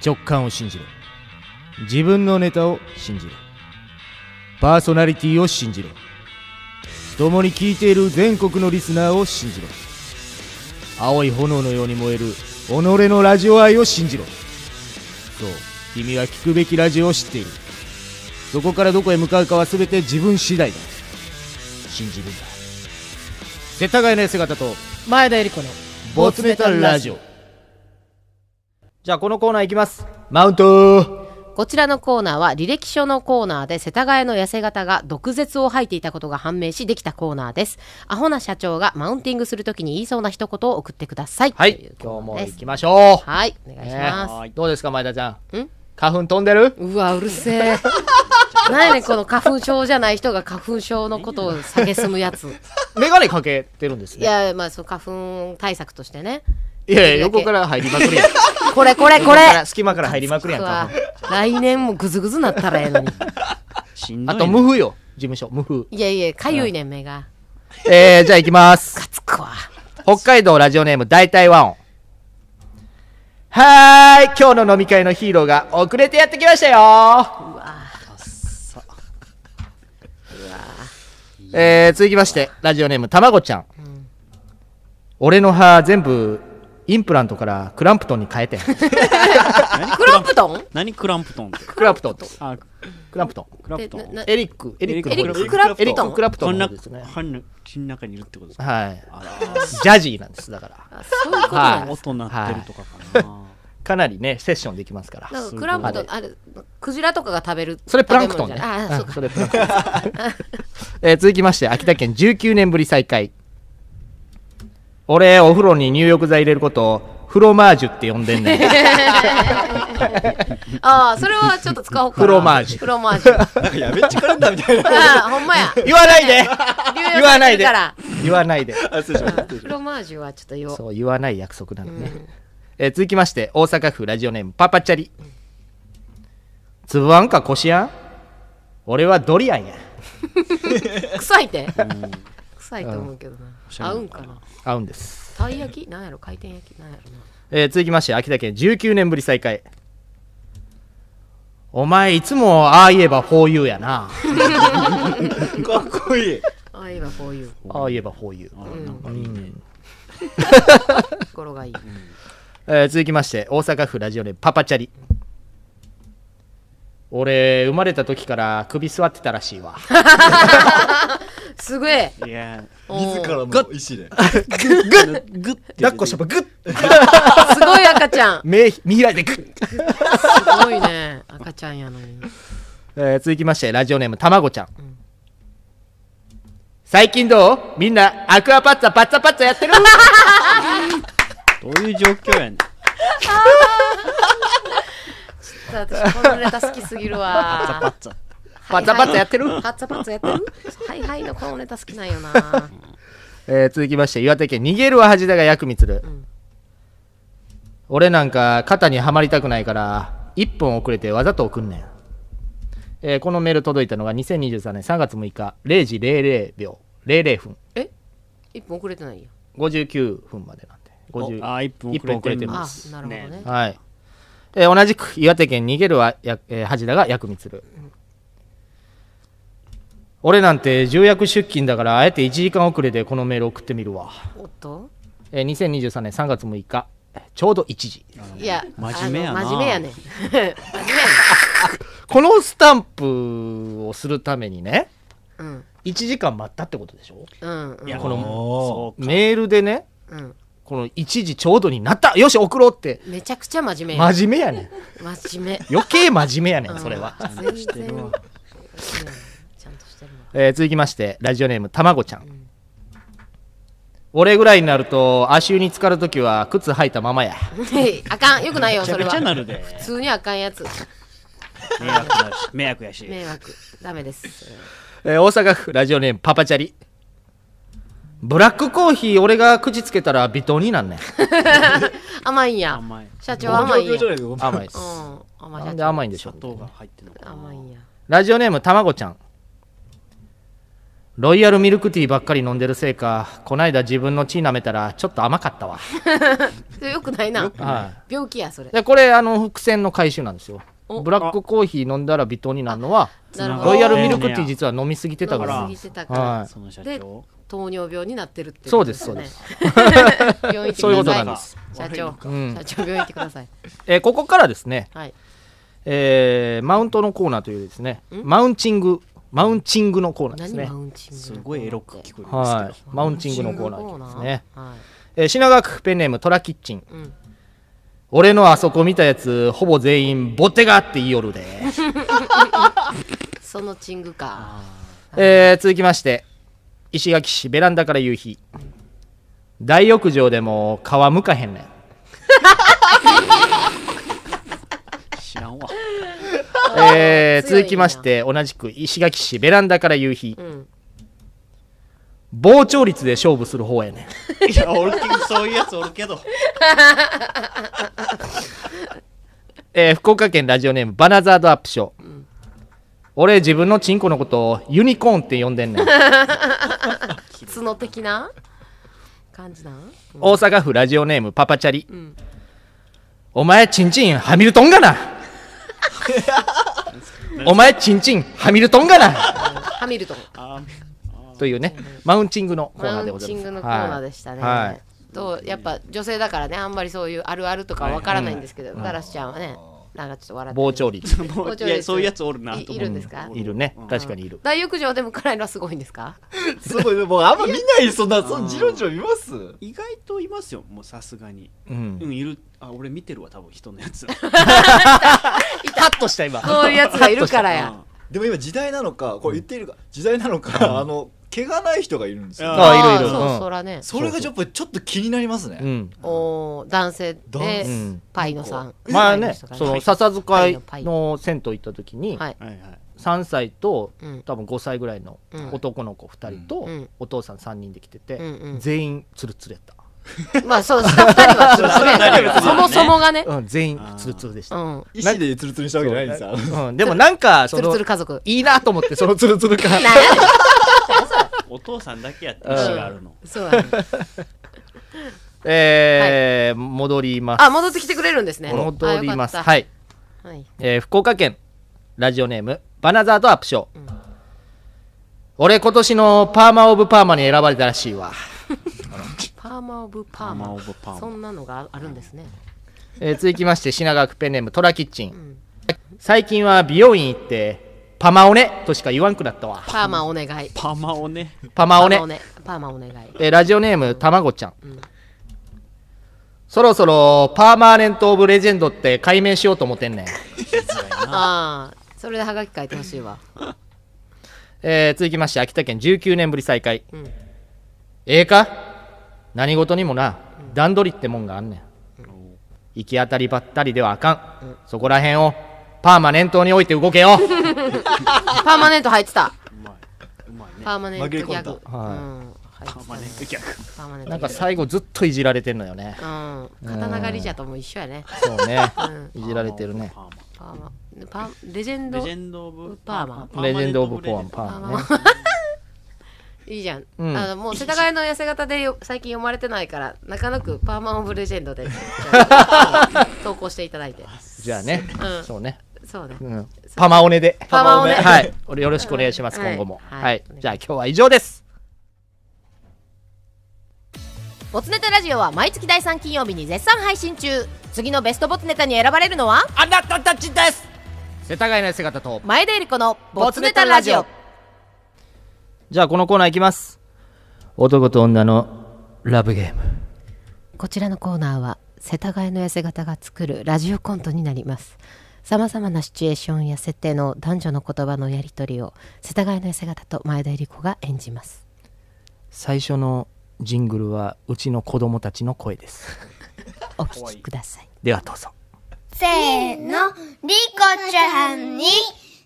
直感を信じろ自分のネタを信じろパーソナリティを信じろ共に聞いている全国のリスナーを信じろ青い炎のように燃える己のラジオ愛を信じろそう君は聞くべきラジオを知っているそこからどこへ向かうかは全て自分次第だ信じるんだ世田谷の姿と前田由里子のボツネタラジオじゃあこのコーナーいきますマウントこちらのコーナーは履歴書のコーナーで世田谷の痩せ型が毒舌を吐いていたことが判明しできたコーナーです。アホな社長がマウンティングするときに言いそうな一言を送ってください。はというコ今日もーナー行ですきましょうはい、お願いしまねどうですか前田ちゃんん花粉飛んでるす。うわ、うるせえ。何やねんこの花粉症じゃない人が花粉症のことを蔑むやつ。メガネかけてるんですいねや、まあ、その花粉対策としてね。いやいや横から入りまくるやんこれこれ横こかられ隙間から入りまくるやん花粉来年もグズグズなったらええのに。しんどあいねと無風よ事務所無風 いやいや、かゆいねん、目が。えー、じゃあ行きますつくわ。北海道ラジオネーム大体ワンはーい今日の飲み会のヒーローが遅れてやってきましたよえー、続きましてラジオネームたまごちゃん、俺の歯全部インプラントからクランプトンに変え てんク何クランプトン何クランプトンってランプトンとあクランプトンクランプトでなンなエリックエリックの方エリックですクランプトンエリッククランプトこンんのな方ですね歯の口の中にいるってことですかはいあジャジーなんですだからあそういうことなんです音鳴ってるとかかなかなりねセッションできますからなんかクランプトン、あれ、クジラとかが食べる。それプランクトンね。食べ物じゃないあ、そううんか。それプランクトンです。えー続きまして、秋田県19年ぶり再開。俺、お風呂に入浴剤入れること、フロマージュって呼んでん ねんああ、それはちょっと使おうかな。フロマージュフロマージュ。あなんかやべっちカレンダーみたいな。あ、ほんまや。言わないで流用言わないでされてるから言わないであ失礼しましたうんフロマージュはちょっとよ。そう言わない約束なのね、えー続きまして大阪府ラジオネームパパチャリつぶあんかこしあん俺はドリアンや臭いって。臭いと思うけどな。合うんかな。合うんです、たい焼きなんやろ回転焼きなんやろな。えー続きまして秋田県19年ぶり再開お前いつもああ言えば 4U やなかっこいい。ああ、今こういう。ああ言えば 4U、心がいい。えー続きまして大阪府ラジオネームパパチャリ俺生まれた時から首座ってたらしいわすごい。いやおー自らの意思で。ーグッて抱っこしたばグッすごい赤ちゃん。 目見開いてグッすごいね。赤ちゃんやのに。えー続きましてラジオネームたまごちゃん、最近どうみんなアクアパッツァパッツァパッツァやってるどういう状況やねん私このネタ好きすぎるわ。パッツァパッツァパッツァやってる、パッツァパッツァやってるはいはいのこのネタ好きなんよな。えー続きまして岩手県逃げるは恥だが薬味つる、俺なんか肩にはまりたくないから1分遅れてわざと送んねん、えーこのメール届いたのが2023年3月6日0時00秒00分え一本遅れてないよ。 59分までなんで50あ1分一分遅れてまあすなるほどね。はい。えー同じく岩手県逃げるはや、えー恥だが薬味つる。俺なんて重役出勤だからあえて1時間遅れでこのメール送ってみるわ。おっとえー2023年3月6日、ちょうど1時。いや、真面目やなあの真面目やね。真面このスタンプをするためにね、目やね。 1時間待ったってことでしょうん。うん。いやここののそうかメールでね、うん。この1時ちょうどになったよし、送ろうって。めちゃくちゃ真面目や。真面目やねん。真面目。余計真面目やねん、それは。うん。全然。うんちゃんとしてるわ。えー続きましてラジオネームたまごちゃん、俺ぐらいになると足湯に浸かるときは靴履いたままやあかん、よくないよ、めちゃそれめは。ちゃな普るで通にあかんやつ。迷惑だし迷惑やし迷惑。ダメです。えー大阪府ラジオネームパパチャリブラックコーヒー俺が口つけたら微糖になんねん甘いんや。甘い社長甘いんや。うん、甘いです甘いな社んで長。甘いんでしょ砂う糖が入ってんのか甘いんや。ラジオネームたまごちゃんロイヤルミルクティーばっかり飲んでるせいかこないだ自分の血舐めたらちょっと甘かったわ、それよくないな。はい病気や、それ。でこれあの伏線の回収なんですよおブラックコーヒー飲んだら微糖になるのはなるほど。ロイヤルミルクっティー実は飲みすぎてたか飲らみ過ぎてたはかいその社ら。で長、糖尿病になってるってそうですそうでねす。病院行って くださいそういうことなんです。社長、うん社長病院行ってください。えーここからですね、はい。えーマウントのコーナーというですねマウンチングマウンチングのコーナーです何ねマウンチングすごいエロく聞こえるんですけどはいマウンチングのコーナーですね、はえー品川区ペンネームトラキッチン、ん俺のあそこ見たやつほぼ全員ボテがあって言いよる で、い。そのチングか。えー続きまして石垣市ベランダから夕日大浴場でも皮むかへんねん知らんわえー強いな続きまして同じく石垣市ベランダから夕日、ん膨張率で勝負する方やねんいやおるけどそういうやつおるけどえー福岡県ラジオネームバナザードアップショー、俺自分のチンコのことをユニコーンって呼んでんねん角的な感じなん大阪府ラジオネームパパチャリ、お前チンチンハミルトンが なお前チンチンハミルトンがなハミルトン。あというねマウンチングのコーナマーでウごンざチいまンすグのコーナーでしたね。はいはいとやっぱ女性だからね、あんまりそういうあるあるとかわからないんですけど、ガラスちゃんはね、なんかちょっと笑って。膨張率もう膨い張や率そういうやつおるなと思ういいるんですかいるね確かにいる、大浴場でも辛いのはすごいんですかすごい、もうあんま見ない、そんな、そんじろじろ見ます意外といますよもうさすがにうんうんいるあ俺見てるわ多分人のやつカットした今そういうやつがいるからや。でも今時代なのか、これ言っているか、時代なのか、あの、毛がない人がいるんですよ、ああいるいるそううんそらねそれがちょっとちょっと気になりますね、うんおー男性男で性うんパイのさん前ねその笹塚パイのパイの銭湯行った時にはいはいはい3歳とうん多分5歳ぐらいのうん男の子2人とうんお父さん3人で来ててうんうん全員ツルツルやったまあそう下二人はちょっと二人はち ょねっとねそもそもがねうん全員ツルツルでしうたん意思でツルツルにしたわけじゃないんですよ、うんでもなんかつそるのつる家族いい なと思って そのツルツル感お父さんだけやって意思があるのそうだねえー戻りますあ戻ってきてくれるんですね戻りますあよかはっいたはいえー福岡県ラジオネームバナザードアップショー、俺今年のパーマ・オブ・パーマに選ばれたらしいわ、パーマオブパーマオマブパーマそんなのがあるんですねえー続きまして品川区ペンネームトラキッチン、最近は美容院行ってパマオネとしか言わんくなったわパーマお願いパマをねパマオネパーマお願いえーラジオネームたまごちゃん、そろそろパーマーネント・オブ・レジェンドって解明しようと思ってんねん、ああそれでハガキ書いてほしいわえー続きまして秋田県19年ぶり再開、んええか何事にもな段取りってもんがあんねん、行き当たりばったりではあかん、そこらへんをパーマ念頭に置いて動けよパーマネント入ってたうまいうまいねパーマネントギャグうんはい入ってパたねマね逆パーマネントなんギかャグ最後ずっといじられてんのよねうん刀狩りじゃとも一緒やねそうねういじられてるねパーマパーマパーレジェンレドジェンド・オブ・パーマレジェンド・オブ・ポーンパーマパーマねいいじゃん、うんあのもう世田谷の痩せ型でよ最近読まれてないから中野区パーマン・オブ・レジェンド で投稿していただいてじゃあね、うんそうね、そうねうん、パマオネでパマオネはい俺よろしくお願いします、はい今後もははいい、じゃあ今日は以上ですボツネタラジオは毎月第3金曜日に絶賛配信中次のベストボツネタに選ばれるのはあなたたちです世田谷の痩せ方と前田由里子のボツネタラジオじゃあこのコーナーいきます男と女のラブゲームこちらのコーナーは世田谷の痩せ型が作るラジオコントになりますさまざまなシチュエーションや設定の男女の言葉のやり取りを世田谷の痩せ型と前田由里子が演じます最初のジングルはうちの子供たちの声ですお聞きくださいではどうぞせーの、リコちゃんに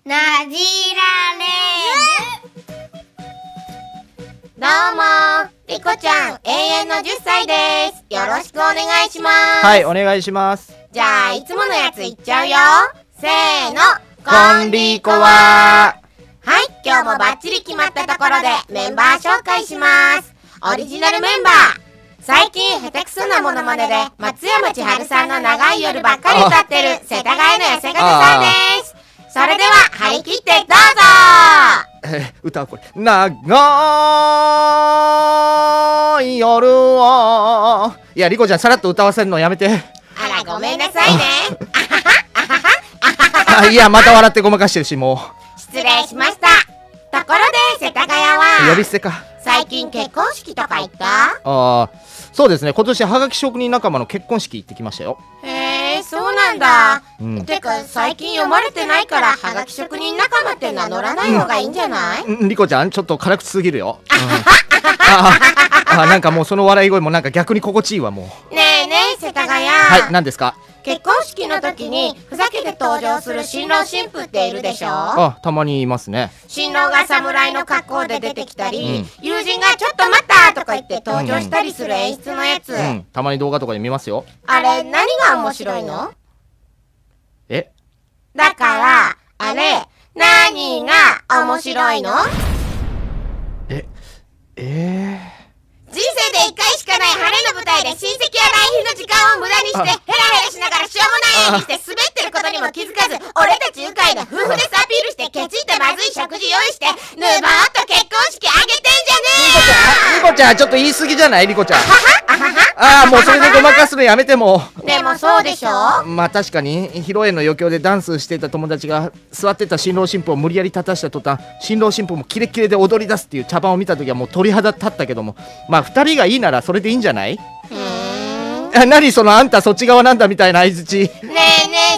なじられる。どうも、リコちゃん、永遠の10歳です。よろしくお願いします。はいお願いしますじゃあ、いつものやついっちゃうよ。せーの、はい、今日もバッチリ決まったところでメンバー紹介します。オリジナルメンバー。最近下手くそなモノマネで松山千春さんの長い夜ばっかり歌ってる世田谷の痩せ方さんです。それでは張り切ってどうぞ歌うこれ長い夜をいやリコちゃんさらっと歌わせるのやめてあらごめんなさいね。あいやまた笑ってごまかしてるしも失礼しました。ところで世田谷う呼びは捨てか最近結婚式とか行ったああそうですね今年はがき職人仲間の結婚式行ってきましたよへえ、そうなんだ。うんてか最近読まれてないからはがき職人仲間って名乗らない方がいいんじゃないんリコちゃんちょっと辛口すぎるよ、うんあああなんかもうその笑い声もなんか逆に心地いいわもうねえねえ世田谷、はい何ですか結婚式の時にふざけて登場する新郎新婦っているでしょあたまにいますね新郎が侍の格好で出てきたり、友人がちょっと待ったとか言って登場したりする演出のやつ、うんたまに動画とかで見ますよあれ何が面白いのえだからあれ何が面白いのえ人生で一回しかない晴れの舞台で親戚や来賓の時間を無駄にしてヘラヘラしながらしょうもない演技して滑ってることにも気づかず俺たち愉快な夫婦ですアピールしてケチってまずい食事用意してぬぼーっと結婚式あげてんじゃねリコちゃんちょっと言い過ぎじゃないリコちゃんああもうそれでごまかすのやめてもえよでもそうでしょまあ確かに披露宴の余興でダンスしてた友達が座ってた新郎新婦を無理やり立たした途端新郎新婦もキレッキレで踊り出すっていう茶番を見た時はもう鳥肌立ったけどもまあ2人がいいならそれでいいんじゃないふーんあ何そのあんたそっち側なんだみたいな相槌ねえね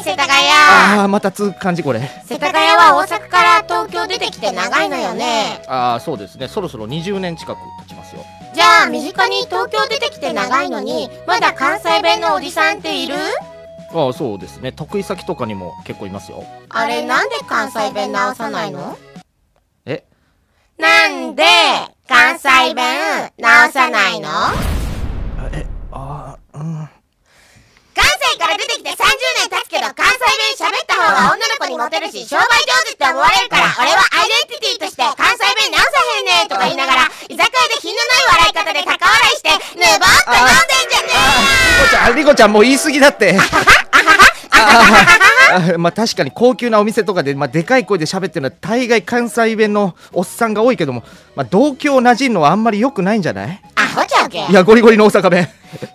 え世田谷ああまたつう感じこれ世田谷は大阪から東京出てきて長いのよねああそうですねそろそろ20年近く経ちますよじゃあ身近に東京出てきて長いのにまだ関西弁のおじさんっているああそうですね得意先とかにも結構いますよあれなんで関西弁直さないのえなんで関西弁直さないのああ関西から出てきて30年経つけど関西弁喋った方が女の子にモテるし商売上手って思われるから俺はアイデンティティとして関西弁直さへんねとか言いながら居酒屋で品のない笑い方で高笑いしてぬぼっと飲んでんじゃねリコちゃんリコちゃんもう言い過ぎだってああまあ確かに高級なお店とかで、まあ、でかい声で喋ってるのは大概関西弁のおっさんが多いけども、まあ、同居を馴染むのはあんまり良くないんじゃないえよアホちゃうけいやゴリゴリの大阪弁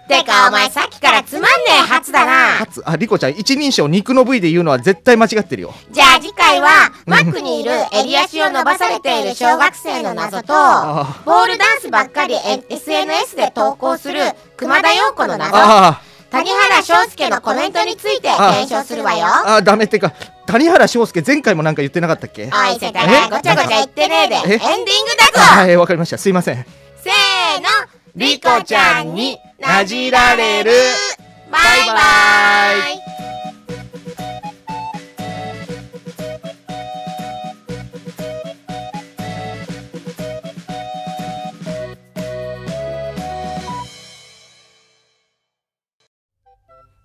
てかお前さっきからつまんねえ初だな初あリコちゃん一人称肉の部位で言うのは絶対間違ってるよじゃあ次回はマックにいる襟足を伸ばされている小学生の謎とあボールダンスばっかり SNS で投稿する熊田陽子の謎あ谷原章介のコメントについて検証するわよああダメってか谷原章介前回もなんか言ってなかったっおけい世田谷ごちゃごちゃ言ってねえでえエンディングだぞはいわかりましたすいませんせーのリコちゃんになじられるバイバイ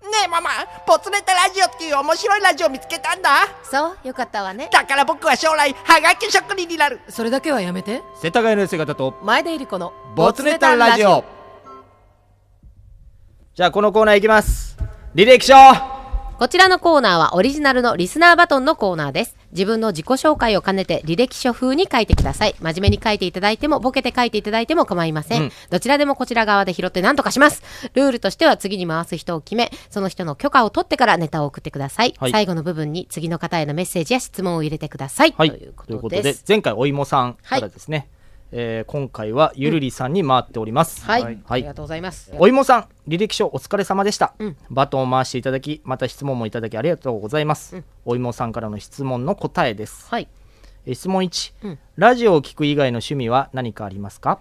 ねえママポツネタラジオっていう面白いラジオ見つけたんだそうよかったわねだから僕は将来ハガキ職人になるそれだけはやめて世田谷の姿と前田ゆり子のじゃあこのコーナーいきます履歴書こちらのコーナーはオリジナルのリスナーバトンのコーナーです。自分の自己紹介を兼ねて履歴書風に書いてください。真面目に書いていただいても、ボケて書いていただいても構いません。うんどちらでもこちら側で拾って何とかします。ルールとしては次に回す人を決め、その人の許可を取ってからネタを送ってください。はい最後の部分に次の方へのメッセージや質問を入れてください。はいとといいううことです。ことで前回お芋さんはいからですね、えー今回はゆるりさんに回っております、はい、あはりいがとうございます。お芋さん履歴書お疲れ様でした、うんバトンを回していただきまた質問もいただきありがとうございます、お芋さんからの質問の答えですはい。えー質問1、うんラジオを聞く以外の趣味は何かありますか、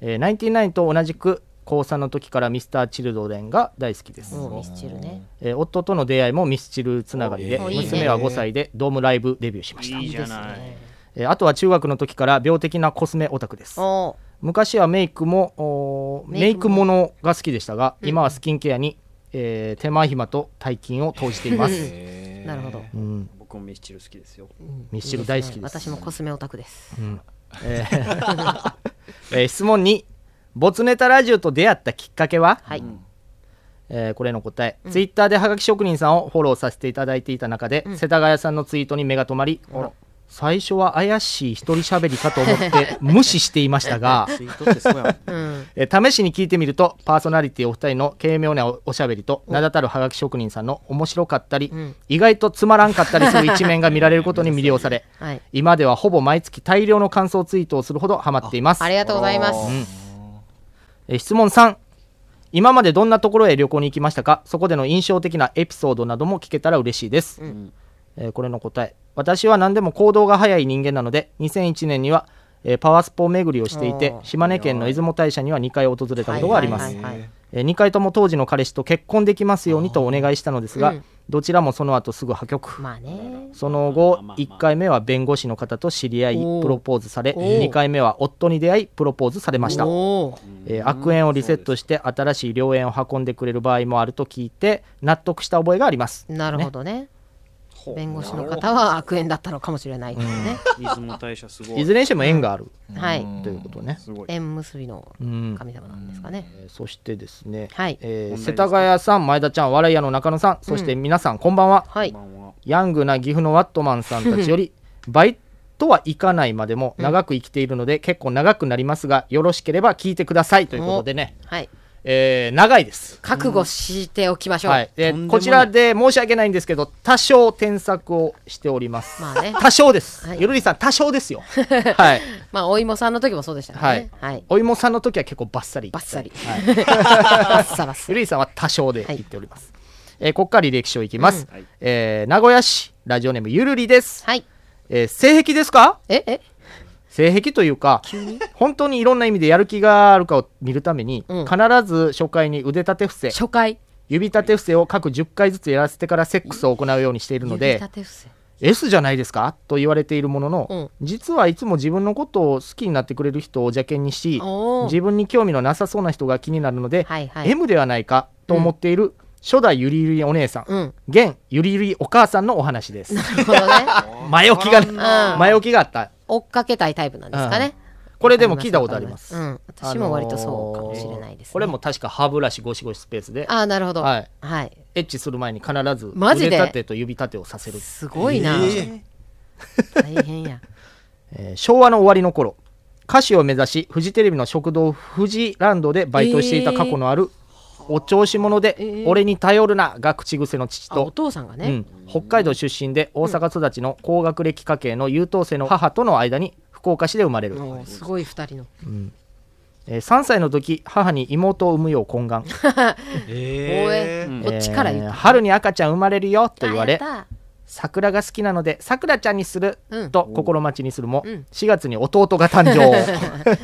えー、ナインティナインと同じく高3の時からミスターチルドレンが大好きです、もうミスチルね。えー夫との出会いもミスチルつながりで、おいいね娘は5歳でドームライブデビューしましたいいじゃないえーあとは中学の時から病的なコスメオタクですおー昔はメイクもおーメメイイククもものが好きでしたが、今はスキンケアに、えー手間暇と大金を投じています、なるほど。うん、僕もミスチル好きです よミスチル大好きです私もコスメオタクです。えーえー質問にボツネタラジオと出会ったきっかけは、はい。えーこれの答え、ツイッターでハガキ職人さんをフォローさせていただいていた中で、世田谷さんのツイートに目が留まり最初は怪しい一人喋りかと思って 無視していましたが、ツイートってそうやもんうん。えー試しに聞いてみるとパーソナリティお二人の軽妙なおおしゃべりと名だたるハガキ職人さんの面白かったり、ん意外とつまらんかったりする一面が見られる ことに魅了されはい。今ではほぼ毎月大量の感想ツイートをするほどハマっていますありがとうございます。えー質問3今までどんなところへ旅行に行きましたかそこでの印象的なエピソードなども聞けたら嬉しいです、えーこれの答え私は何でも行動が早い人間なので2001年には、えーパワースポ巡りをしていておー島根県の出雲大社には2回訪れたことがあります、はいはいはいはいえ2回とも当時の彼氏と結婚できますようにとお願いしたのですが、うんどちらもその後すぐ破局、まあね。その後まあまあまあ1回目は弁護士の方と知り合いおープロポーズされおー2回目は夫に出会いプロポーズされましたおーえー悪縁をリセットして新しい良縁を運んでくれる場合もあると聞いて納得した覚えがありますなるほどね。弁護士の方は悪縁だったのかもしれないですね。出雲大社すごいいずれにしても縁があるはい。ということね、すごい縁結びのうん神様なんですかね。えーそしてですね、はいえー問題です世か田谷さん前田ちゃん笑い屋の中野さんそして皆さん、こんばんははい。ヤングな岐阜のワットマンさんたちよりバイトは行かないまでも長く生きているので、結構長くなりますがよろしければ聞いてくださいということでね、はい。えー長いです。覚悟しておきましょう、はい、でとんでもないこちらで申し訳ないんですけど多少添削をしております、まあね 多少です、はいゆるりさん多少 ですよはい、まあお芋さんの時もそうでしたからねはい、お芋さんの時は結構バッサリバッサリ、はい バッサバッサゆるりさんは多少で言っております、えーここから履歴書いきます、えー名古屋市ラジオネームゆるりです、はいえー性癖ですかええ性癖というか本当にいろんな意味でやる気があるかを見るために、うん必ず初回に腕立て伏せ初回指立て伏せを各10回ずつやらせてからセックスを行うようにしているの指で立て伏せ S じゃないですかと言われているものの、実はいつも自分のことを好きになってくれる人を邪険にしおー自分に興味のなさそうな人が気になるので、はいはい M ではないかと思っている初代ゆりゆりお姉さん、うん現ゆりゆりお母さんのお話ですこのね、前置きが、うん前置きがあった追っかけたいタイプなんですかね、これでも聞いたことあります、うん、私も割とそうかもしれないです、ねこれも確か歯ブラシゴシゴシスペースでああなるほどははいい、エッチする前に必ずマジ腕で立てと指立てをさせるすごいな、大変 やえー昭和の終わりの頃歌手を目指しフジテレビの食堂フジランドでバイトしていた過去のあるお調子者で「えー俺に頼るな」が口癖の父あおと、父さんがね、うん、北海道出身で大阪育ちの高学歴家系の優等生の母との間に福岡市で生まれる、もうすごい二人のえー3歳の時母に妹を産むよう懇願応援、こっちから言えーった、春に赤ちゃん生まれるよと言わあやっれた桜が好きなので桜ちゃんにするうんと心待ちにするも、うん4月に弟が誕 生、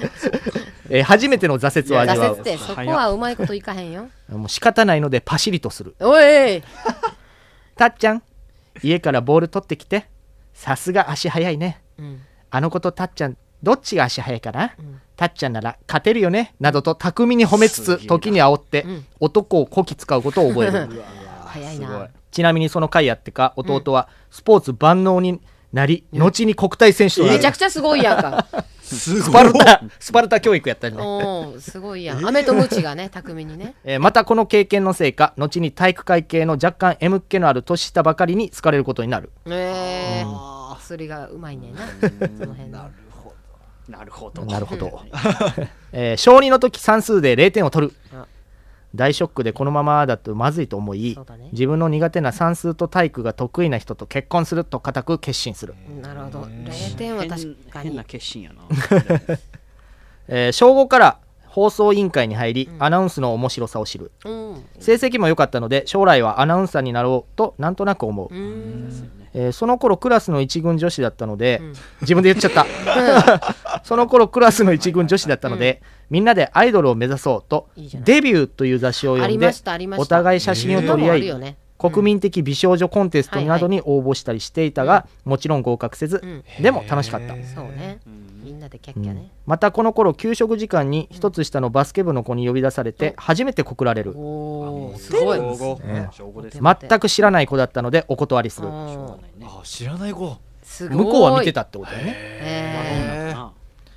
えー初めての挫折を味わ挫折うってそこはうまいこといかへんよもう仕方ないのでパシリとするおいたっちゃん家からボール取ってきてさすが足早いねうんあの子とたっちゃんどっちが足早いかな、たっちゃんなら勝てるよねなどと巧みに褒めつつ時に煽って、うん男をこき使うことを 覚える早いなちなみにその回やってか弟はスポーツ万能になり、後に国体選手となるめちゃくちゃすごいやん かスパルタスパルタ教育やったりね、おーすごいやん飴とムチがね巧 みにねえーまたこの経験のせいか後に体育会系の若干 M っ気のある年下ばかりに好かれることになるえー、薬がうまいねんなその辺のなるほど。なるほど、 えー小2の時算数で0点を取るあ大ショックでこのままだとまずいと思いそう、だね自分の苦手な算数と体育が得意な人と結婚すると固く決心する、なるほど0点は確か変にな決心やな。えー小5から放送委員会に入り、アナウンスの面白さを知るうんう成績も良かったので将来はアナウンサーになろうとなんとなく思う、ーんえーその頃クラスの一軍女子だったので、自分で言っちゃった、その頃クラスの一軍女子だったので、みんなでアイドルを目指そうといいじゃないデビューという雑誌をあ読りんでましたありましたお互い写真を撮り今も合あい、るよね国民的美少女コンテストなどに応募したりしていたが、もちろん合格せず、うんでも楽しかった、そうねみんなでキャッキャねまたこの頃給食時間に一つ下のバスケ部の子に呼び出されて初めて告られる、おおすごい小五です。全く知らない子だったのでお断りする、うんあ知らない子すごい向こうは見てたってことだよねえーな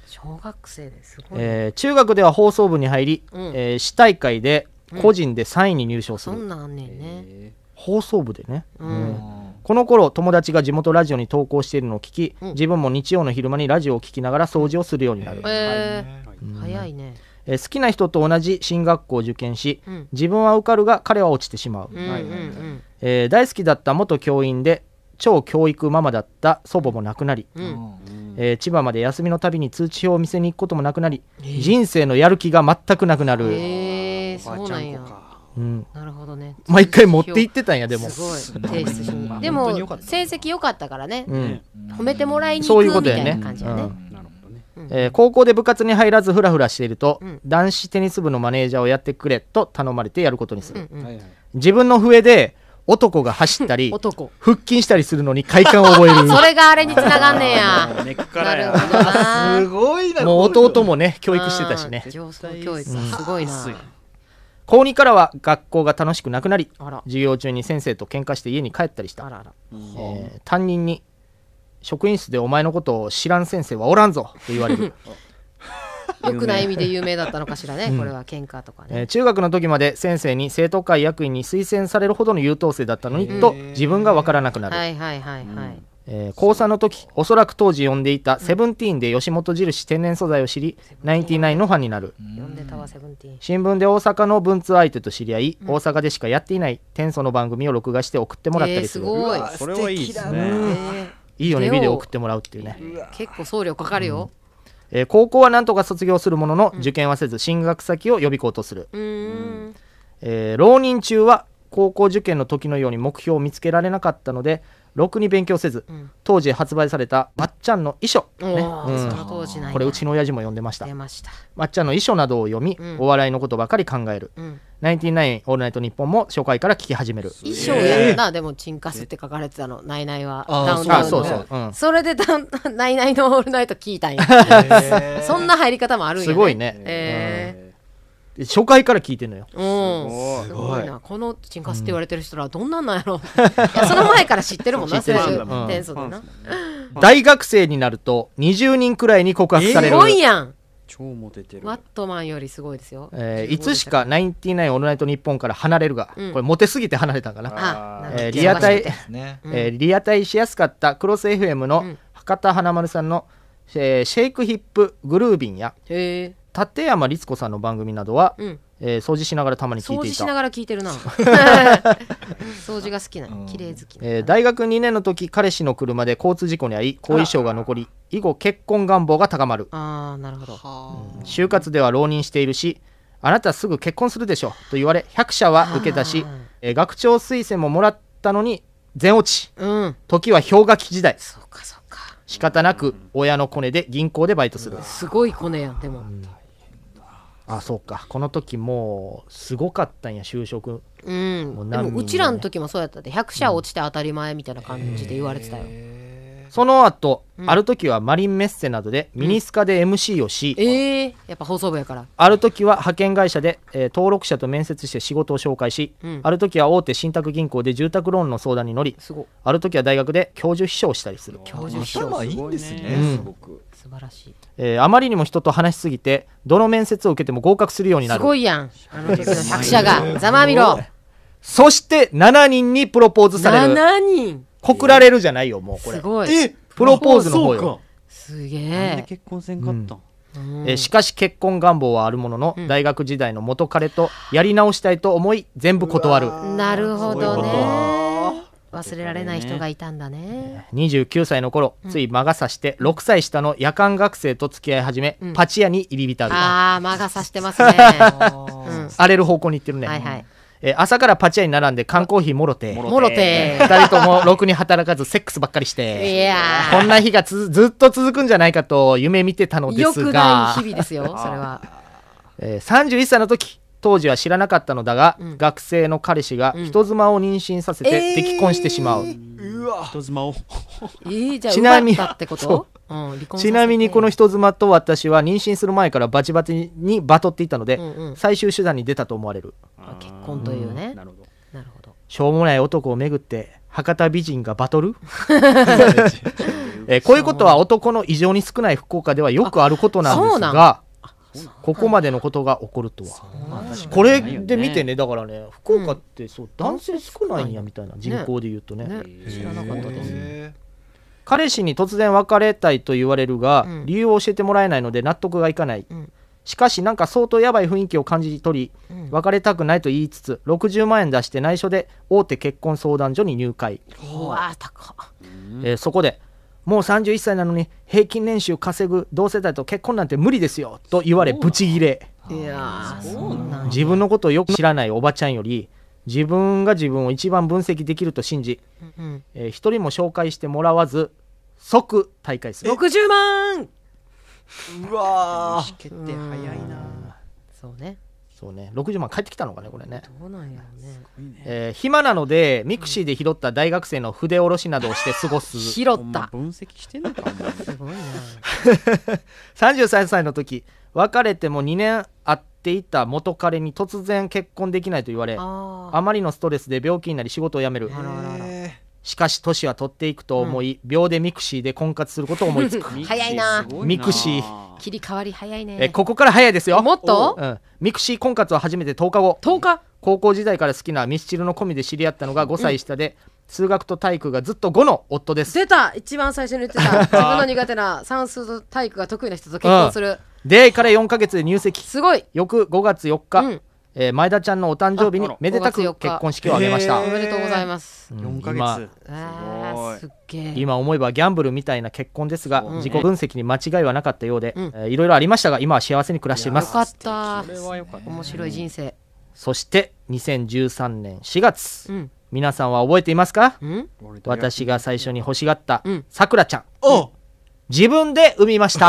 小学生ですごいねえー中学では放送部に入り、うんえー市大会で個人で3位に入賞すそる、んなんあんねんね放送部でね、うんこの頃友達が地元ラジオに投稿しているのを聞き、うん自分も日曜の昼間にラジオを聞きながら掃除をするようになる、えー早いねえー好きな人と同じ進学校を受験し、うん自分は受かるが彼は落ちてしまう、うんうんうんえー大好きだった元教員で超教育ママだった祖母も亡くなり、うんえー千葉まで休みのたびに通知表を見せに行くこともなくなり、人生のやる気が全くなくなる、えーそうなんやうん、なるほどね毎回持って行ってたんやでも すごい提出しまあにで本当に良もかった成績良かったからねうん褒めてもらいに行そうくいうこみとやたいねな感じやうねんるほどね。えー高校で部活に入らずフラフラしていると、うん男子テニス部のマネージャーをやってくれと頼まれてやることにする、うんうん自分の笛で男が走ったり男腹筋したりするのに快感を覚え そるれがあれにつながんねや根っかならるや。ほどなすごいなもうこの人弟もね教育してたしねうん上層教育すごいな高2からは学校が楽しくなくなりあら授業中に先生と喧嘩して家に帰ったりしたあらあらえー担任に職員室でお前のことを知らん先生はおらんぞと言われ るよくない意味で有名だったのかしらね、これは喧嘩とかえーね。中学の時まで先生に生徒会役員に推薦されるほどの優等生だったのにと自分が分からなくなる、はいはいはいはい。えー高3の時おそらく当時呼んでいた「セブンティーンで吉本印天然素材を知り「ナインティナインのファンになる呼んでたわセブンティーン新聞で大阪の文通相手と知り合い、大阪でしかやっていない天素の番組を録画して送ってもらったりする、えーすごいわそれはいいです素敵だなねえいいよねビデビオデオ送ってもらうっていうね、ー結構送料かかるよえー高校はなんとか卒業するものの、受験はせず進学先を予備校とする、うーんえー浪人中は高校受験の時のように目標を見つけられなかったのでろくに勉強せず、ん当時発売された「まっちゃんの遺書」おねうーんその当時なんやこれうちの親父も読んでました出ましたまっちゃんの遺書などを読み、んお笑いのことばかり考えるうん「ナインティナインオールナイトニッポン」も初回から聞き始める衣装やんなでもチンカスって書かれてたのナイナイはあーダウンタあウンそうのそう、うん、それでダウンナイナイのオールナイト聞いたんやそんな入り方もあるんやすごいねえで初回から聞いてんのよえうんすごいなこのチンカスって言われてる人らどんなんなんやろいやその前から知ってるもんなそういううんテンソでな大学生になると20人くらいに告白されする、ごいやん超モテてるワットマンよりすごいですよえーいつしか「ナインティナインオールナイトニッポン」から離れるが、うんこれモテすぎて離れたんかな、あなんかえーリアタイねえーリアタイしやすかったクロス FM うのん博多華丸さんの、えーシェイクヒップグルービンやへえ立山律子さんの番組などは、うんえー掃除しながらたまに聞い掃て除いしなた、がら聞い てるな掃除が好きなんや綺麗好きなんやえー大学2年の時彼氏の車で交通事故に遭い後遺症が残り以後結婚願望が高まるああなるほど就活では浪人しているしあなたすぐ結婚するでしょと言われ100社は受けたしあー、えー学長推薦ももらったのに全落ちうん時は氷河期時代そうかそうか仕方なく親のコネで銀行でバイトするすごいコネやんでもあそうかこの時もうすごかったんや就職うんもうで何人もねもうちらの時もそうやったで100社落ちて当たり前みたいな感じで言われてたよその後、ある時はマリンメッセなどでミニスカで MC をし、ええやっぱ放送部やからある時は派遣会社で、えー登録者と面接して仕事を紹介し、うんある時は大手信託銀行で住宅ローンの相談に乗りすごいある時は大学で教授秘書をしたりする、教授秘書頭いいんですすごいねねすごく素晴らしいえーあまりにも人と話しすぎてどの面接を受けても合格するようになするごいやんあの時の100社がざまみろそして7人にプロポーズされる7人告られるじゃないよもうこれすごいえプロポーズの方よそうかすげなんでえ結婚せんかったんえーしかし結婚願望はあるものの、大学時代の元彼とやり直したいと思い全部断るなるほどねそう忘れられない人がいたんだね29歳の頃つい魔が差して6歳下の夜間学生と付き合い始め、んパチ屋に入り浸るあああ魔が差してますねうん荒れる方向に行ってるね、はいはいえー朝からパチ屋に並んで缶コーヒーもろてもろて2人ともろくに働かずセックスばっかりし いてやーこんな日がつずっと続くんじゃないかと夢見てたので良すくがない日々ですよ、それは。えー31歳の時当時は知らなかったのだが、学生の彼氏が人妻を妊娠させてえー離婚してしまう、うわ人妻をえー、じゃあ、ちなみに奪ったってこそとうん、離婚させてちなみにこの人妻と私は妊娠する前からバチバチにバトっていたので、うんうん最終手段に出たと思われるあ結婚というね。なるほどなるほど。しょうもない男をめぐって博多美人がバ トル、えーこういうことは男の異常に少ない福岡ではよくあることなんであそすうなんがここまでのことが起こるとはこれで見てねだからね福岡ってそう男性少ないんやみたいな人口で言うとねね、知らなかったです。彼氏に突然別れたいと言われるが、うん理由を教えてもらえないので納得がいかない、んしかしなんか相当やばい雰囲気を感じ取り、うん別れたくないと言いつつ60万円出して内緒で大手結婚相談所に入会、うわー、高っ。えーそこでもう31歳なのに平均年収稼ぐ同世代と結婚なんて無理ですよと言われブチギレいやー、そうなんや自分のことをよく知らないおばちゃんより自分が自分を一番分析できると信じ、うんえー一人も紹介してもらわず即退会する60万うわ決定早いなそうね。そうね60万返ってきたのかねこれね、どうなんやろうね。えー暇なのでミクシーで拾った大学生の筆下ろしなどをして過ごす拾ほっんまた。分析してんのかお前すごいな。 33歳の時別れても2年会っていた元彼に突然結婚できないと言われあああ。まりのストレスで病気になり仕事を辞める、あらあらあら。えしかし年は取っていくと思い、秒でミクシーで婚活することを思いつく早いなミクシー切り替わり早いねえここから早いですよもっとうん、ミクシー婚活を始めて10日後10日高校時代から好きなミスチルの込みで知り合ったのが5歳下で、数学と体育がずっと5の夫です出た一番最初に言って た自分の苦手な算数と体育が得意な人と結婚する出会いから4ヶ月で入籍すごい翌5月4日、うんえー前田ちゃんのお誕生日にああらめでたく5月4日結婚式を挙げましたお、めでとうございますうん4ヶ今月あーすっげえ今思えばギャンブルみたいな結婚ですが、うん自己分析に間違いはなかったようで、うんえーいろいろありましたが今は幸せに暮らしていまよすかったこれはよかった面白い人生そして2013年4月、うん皆さんは覚えていますか、うん私が最初に欲しがったうんさくらちゃんお自分で産みま した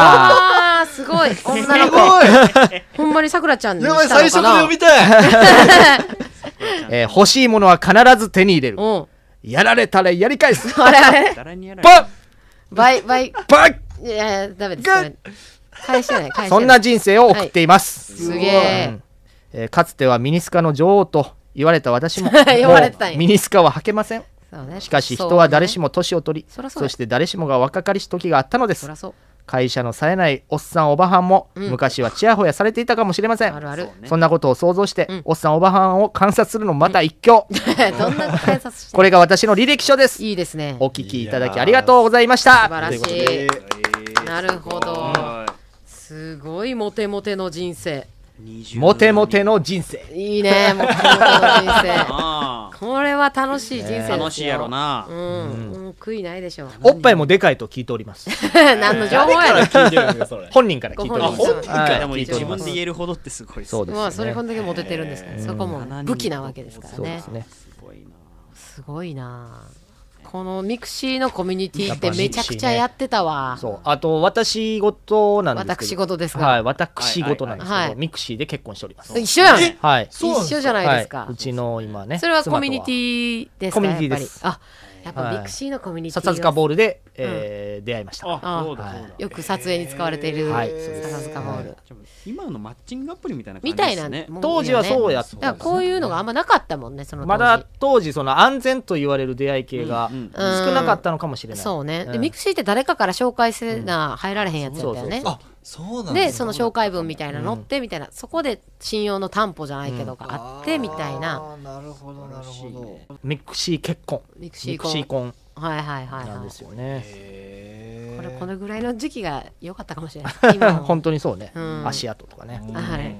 あーすごい女すの ご子いほんまにさくらちゃんにしたやのかばいな最初から読みたいえー欲しいものは必ず手に入れるうんやられたらやり返すあれあれ誰にやられパッ倍倍いパッやいやダメですダメです返してない返してないそんな人生を送っています、すげえうんえーかつてはミニスカの女王と言われた私も 言われてたんやもうミニスカは履けませんそうねしかし人は誰しも年を取りそらそうだそして誰しもが若かりし時があったのでそすらそう会社の冴えないおっさんおばはんもうん昔はちやほやされていたかもしれません、あるあるそうねそんなことを想像して、うんおっさんおばはんを観察するのもまた一興、どんな観察してこれが私の履歴書ですいいですねお聞きいただきありがとうございました素晴らしというこいなるほどすごいモテモテの人生とでモテモテの人生いいねモテモテの人 生あこれは楽しい人生ですよ楽しいやろなう、ん、うん、悔いないでしょうおっぱいもでかいと聞いております 何の情報やろ聞いてるんだよそれ本人から聞いておりまごす本人はいあでも聞いてお自りま分です言えるほどってすごいですそうですねまあそれこんだけモテてるんですから、そこも武器なわけですからそうでねすねすごいなすごいなこのミクシーのコミュニティってめちゃくちゃやってたわ、そうあと私事なんですけど私事ですが、はい私事なんですけど、はいはいミクシーで結婚しております一緒やん一はい緒じゃないですか、はいうちの今ねそれは妻とコミュニティですコかミュやニっティぱでりすあやっぱはいミクシーのコミュニティ笹塚はボールで、えー出会いましたあそうだはいそうだよく撮影に使われているはい笹塚ボールじゃあ今のマッチングアプリみたいな感みじでたすいなねもんよね当時はそうやっだかたらこういうのがあんまなかったもんねその当時まだ当時その安全と言われる出会い系がうんうん少なかったのかもしれない、そうねうでんミクシーって誰かから紹介せな入られへんやつやったよねあそうなんだでその紹介文みたいなのってみたいなそこで信用の担保じゃないけどがあってみたいなあーなるほどなるほどミクシー結婚ミクシミーク婚シー婚はいはいはいなんはですいよね、へこれーこのぐらいの時期が良かったかも しれない今も本当にそうね、うん足跡とかね、はい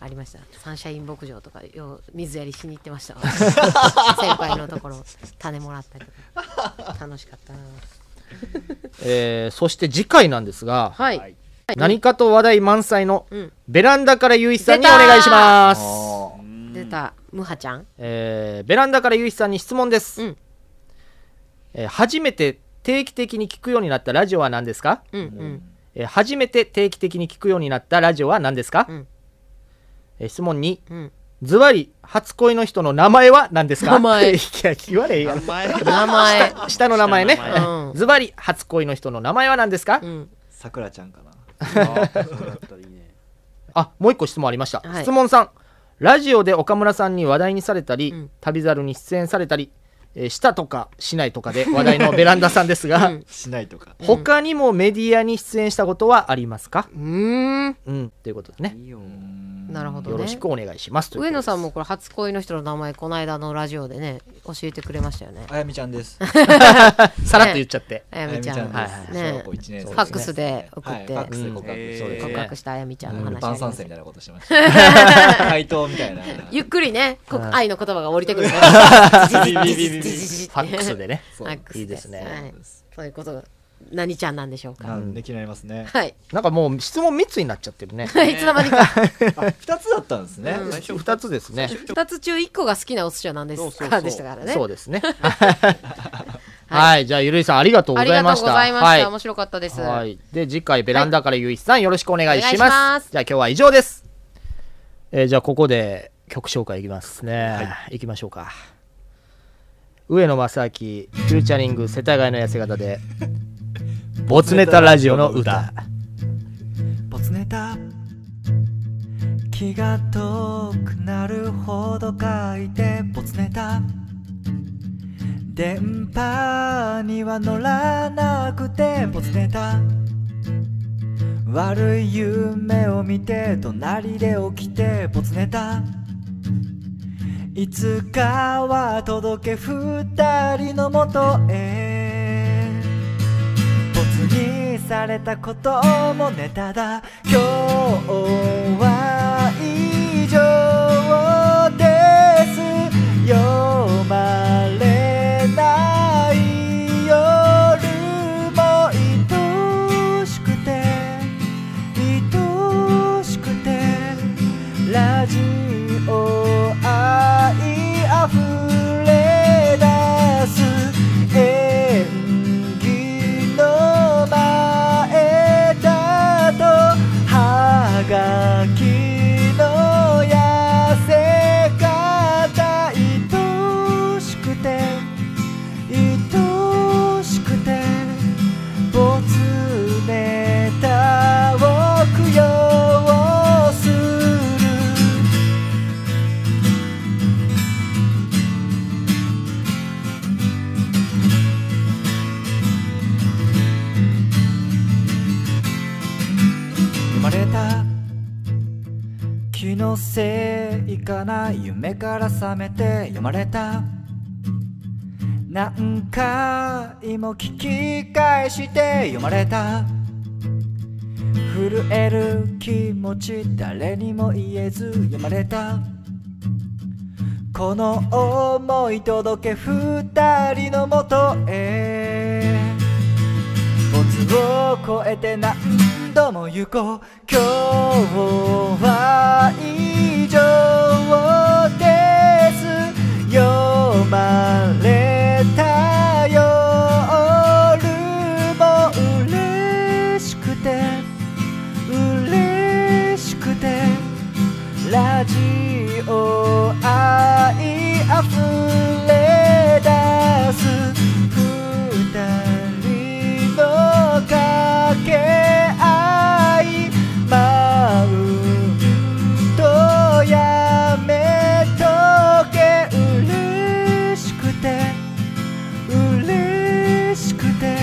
ありましたサンシャイン牧場とかよう水やりしに行って ました先輩のところ種もらったりとか楽しかったなえーそして次回なんですが、はい、何かと話題満載のうんベランダからゆいさんにお出たー願いします、出たムハちゃんえーベランダからゆいさんに質問です、うんえー初めて定期的に聞くようになったラジオは何ですか、うんうんえー初めて定期的に聞くようになったラジオは何ですか、うんえー質問2うんズバリ初恋の人の名前は何ですか名前 いや言われへんやろ名前名前 下の名前ね下の名前うんズバリ初恋の人の名前は何ですか、うんさくらちゃんかなあそうだったらいいねあもう一個質問ありました、はい質問3ラジオで岡村さんに話題にされたり、うん旅猿に出演されたり、えーしたとかしないとかで話題のベランダさんですが、 うんしないとか他にもメディアに出演したことはありますかうーんうんということですねいいよなるほどねよろしくお願いしますということ上で野すさんもこれ初恋の人の名前この間のラジオでね教えてくれましたよねあやみちゃんですさらっと言っちゃって、 あやみちゃんあやみちゃんですね小学校一年生ファックスで送はっいてファックスで告うん白そうです告ね白したあやみちゃんのル話パンあ三りま世すみたいなことしてました回答みたいなゆっくりねこうん愛の言葉が降りてくるねジジジジジジジファックスでねファックスいいですねはいそういうことが何ちゃんなんでしょうかなんで気になりますねはいなんかもう質問3つになっちゃってるねいつの間にかあ二つだったんですね最初2つですね2つ中1個が好きなお寿司は何ですかそうそうそうでしたからねそうです ね はいじゃあゆるいさんありがとうごありざいがとうまごしたざいました、はい面白かったですははい、い、で次回ベランダからゆいさんよろしくお願いします,、お願いしますじゃあ今日は以上です、えーじゃあここで曲紹介いきますね、い、きましょうか上野正明フューチャリング世田谷の痩せ方で「ボツネタラジオの歌」ボツネタ気が遠くなるほど書いてボツネタ電波には乗らなくてボツネタ悪い夢を見て隣で起きてボツネタいつかは届け二人のもとへ没にされたこともネタだ今日は以上です読まれない夜も愛しくて愛しくてラジオ愛あふれ出す演技の前だとはがきの痩せ方愛しくて愛しくてボツネタを供養する生まれた気のせいかな夢から覚めて読まれた何回も聞き返して読まれた震える気持ち誰にも言えず読まれたこの思い届け二人のもとへ没を越えて何度も行こう今日は以上です読まれた夜も嬉しくて嬉しくてラジオ愛あふれ出す二人の掛け合いマウントやめとけ嬉しくて嬉しくて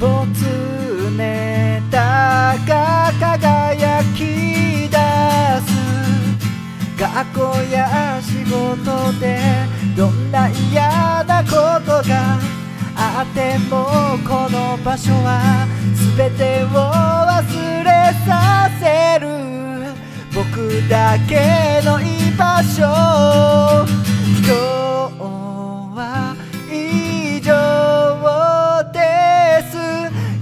ボツネタが輝き出す学校や仕事でどんな嫌なことがあってもこの場所は全てを忘れさせる僕だけの居場所今日は以上です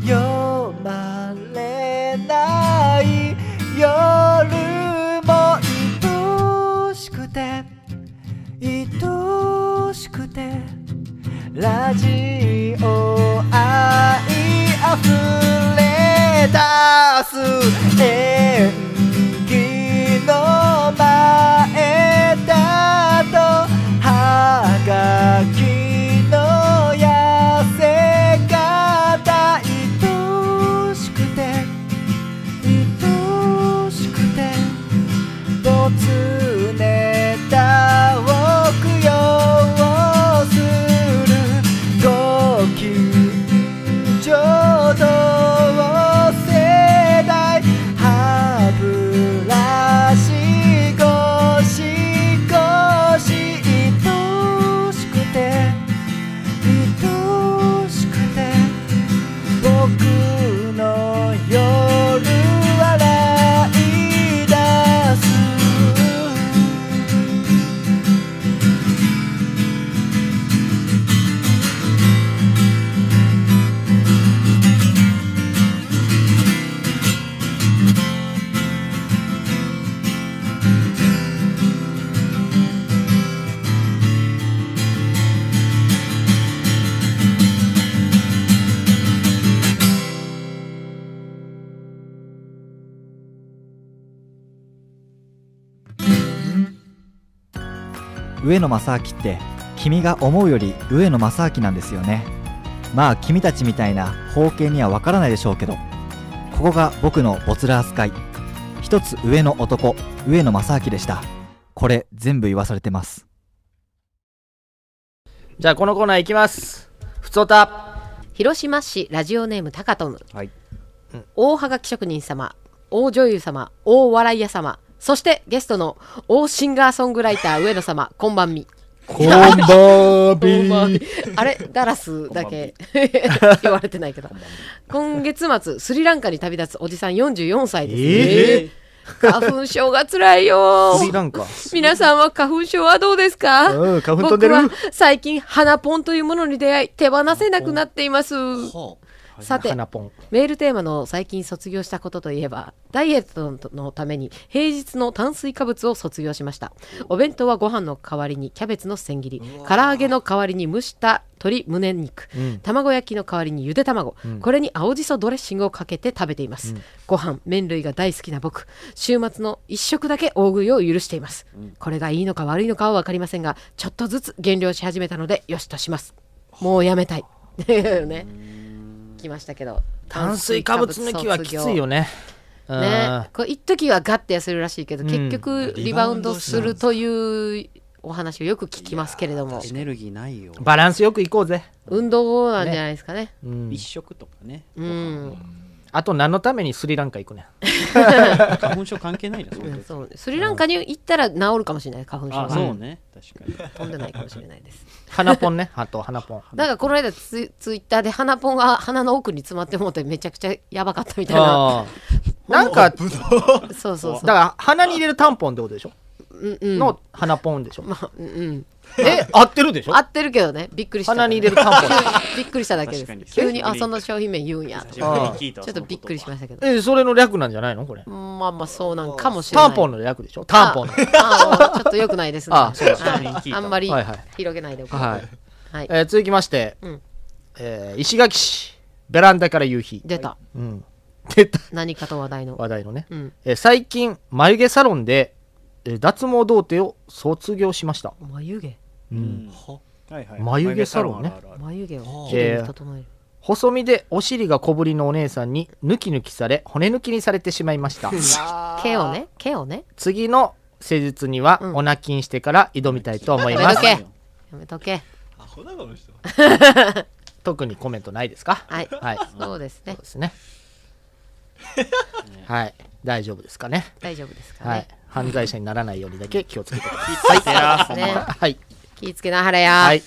読まれない夜も愛しくて愛しくてラジオ愛あふれ出す演技の前だとはがきの痩せ方愛しくて愛しくてボツネタを供養するご近所同世代歯ブラシゴシゴシ愛しくて愛しくて僕の夜笑い出す上野正明って君が思うより上野正明なんですよねまあ君たちみたいな方形にはわからないでしょうけどここが僕のボツラ扱い一つ上の男上野正明でしたこれ全部言わされてますじゃあこのコーナーいきますふつおた広島市ラジオネームタカトム、はい大はがき職人様大女優様大笑い屋様そしてゲストの大シンガーソングライター上野様こんばんみこんばんあれダラスだけ 言われてないけど今月末スリランカに旅立つおじさん44歳でえす、花粉症がつらいよスリランカ皆さんは花粉症はどうですかうん花粉飛んでる僕は最近花ポンというものに出会い手放せなくなっていますほさて花ポンメールテーマの最近卒業したことといえばダイエットのために平日の炭水化物を卒業しましたお弁当はご飯の代わりにキャベツの千切り唐揚げの代わりに蒸した鶏胸肉、卵焼きの代わりにゆで卵、これに青じそドレッシングをかけて食べています、ご飯麺類が大好きな僕週末の一食だけ大食いを許しています、これがいいのか悪いのかは分かりませんがちょっとずつ減量し始めたのでよしとしますもうやめたい ね来ましたけど炭水化物抜きはきついよねねうんねこう一時はガッて痩せるらしいけど、うん結局リバウンドするというお話をよく聞きますけれどもうエネルギーないよバランスよくいこうぜ、運動なんじゃないですかねうん一食とかねうん、あと何のためにスリランカ行くねん花粉症関係ないなそれそうスリランカに行ったら治るかもしれない花粉症あがそうね確かに飛んでないかもしれないです花ポンねあと花ポンなんかこの間ツツイッターで鼻ポンが 鼻の奥に詰まってもうてめちゃくちゃやばかったみたいなあーなんかだかそうそうそうら鼻に入れるタンポンってことでしょうんうんの花ポンでしょ、まあうんうんえ合ってるでしょ合ってるけどねびっくりした鼻に入れるタンポンびっくりしただけ確かでにす急にあその商品名言うんやと初めて聞いちたょわっとびっくりしましたけどえそれの略なんじゃないのこれまあまあそうなんかもしれなタいンポンの略でしょタンポンのああちょっと良くないですねあそうですはいあんまりはいはい広げないでおこうはいはいえー続きまして、うんえー石垣市ベランダから夕日出たうん出た何かと話題の話題のね、うんえー最近眉毛サロンで、えー脱毛童貞を卒業しました、眉毛うんはいはい眉毛サロンね眉毛あ眉るあるある毛をあ綺麗に整える細身でお尻が小ぶりのお姉さんに抜き抜きされ骨抜きにされてしまいま した毛をね毛をね次の施術にはうんおなきんしてから挑みたいと思いやめまとす、けやめとけ特にコメントないですかはいはいそうそうですね ですねはい大丈夫ですかね大丈夫ですかはいね犯罪者にならないようにだけ気をつけてくださいそうですねはい気ぃつけなはれやはい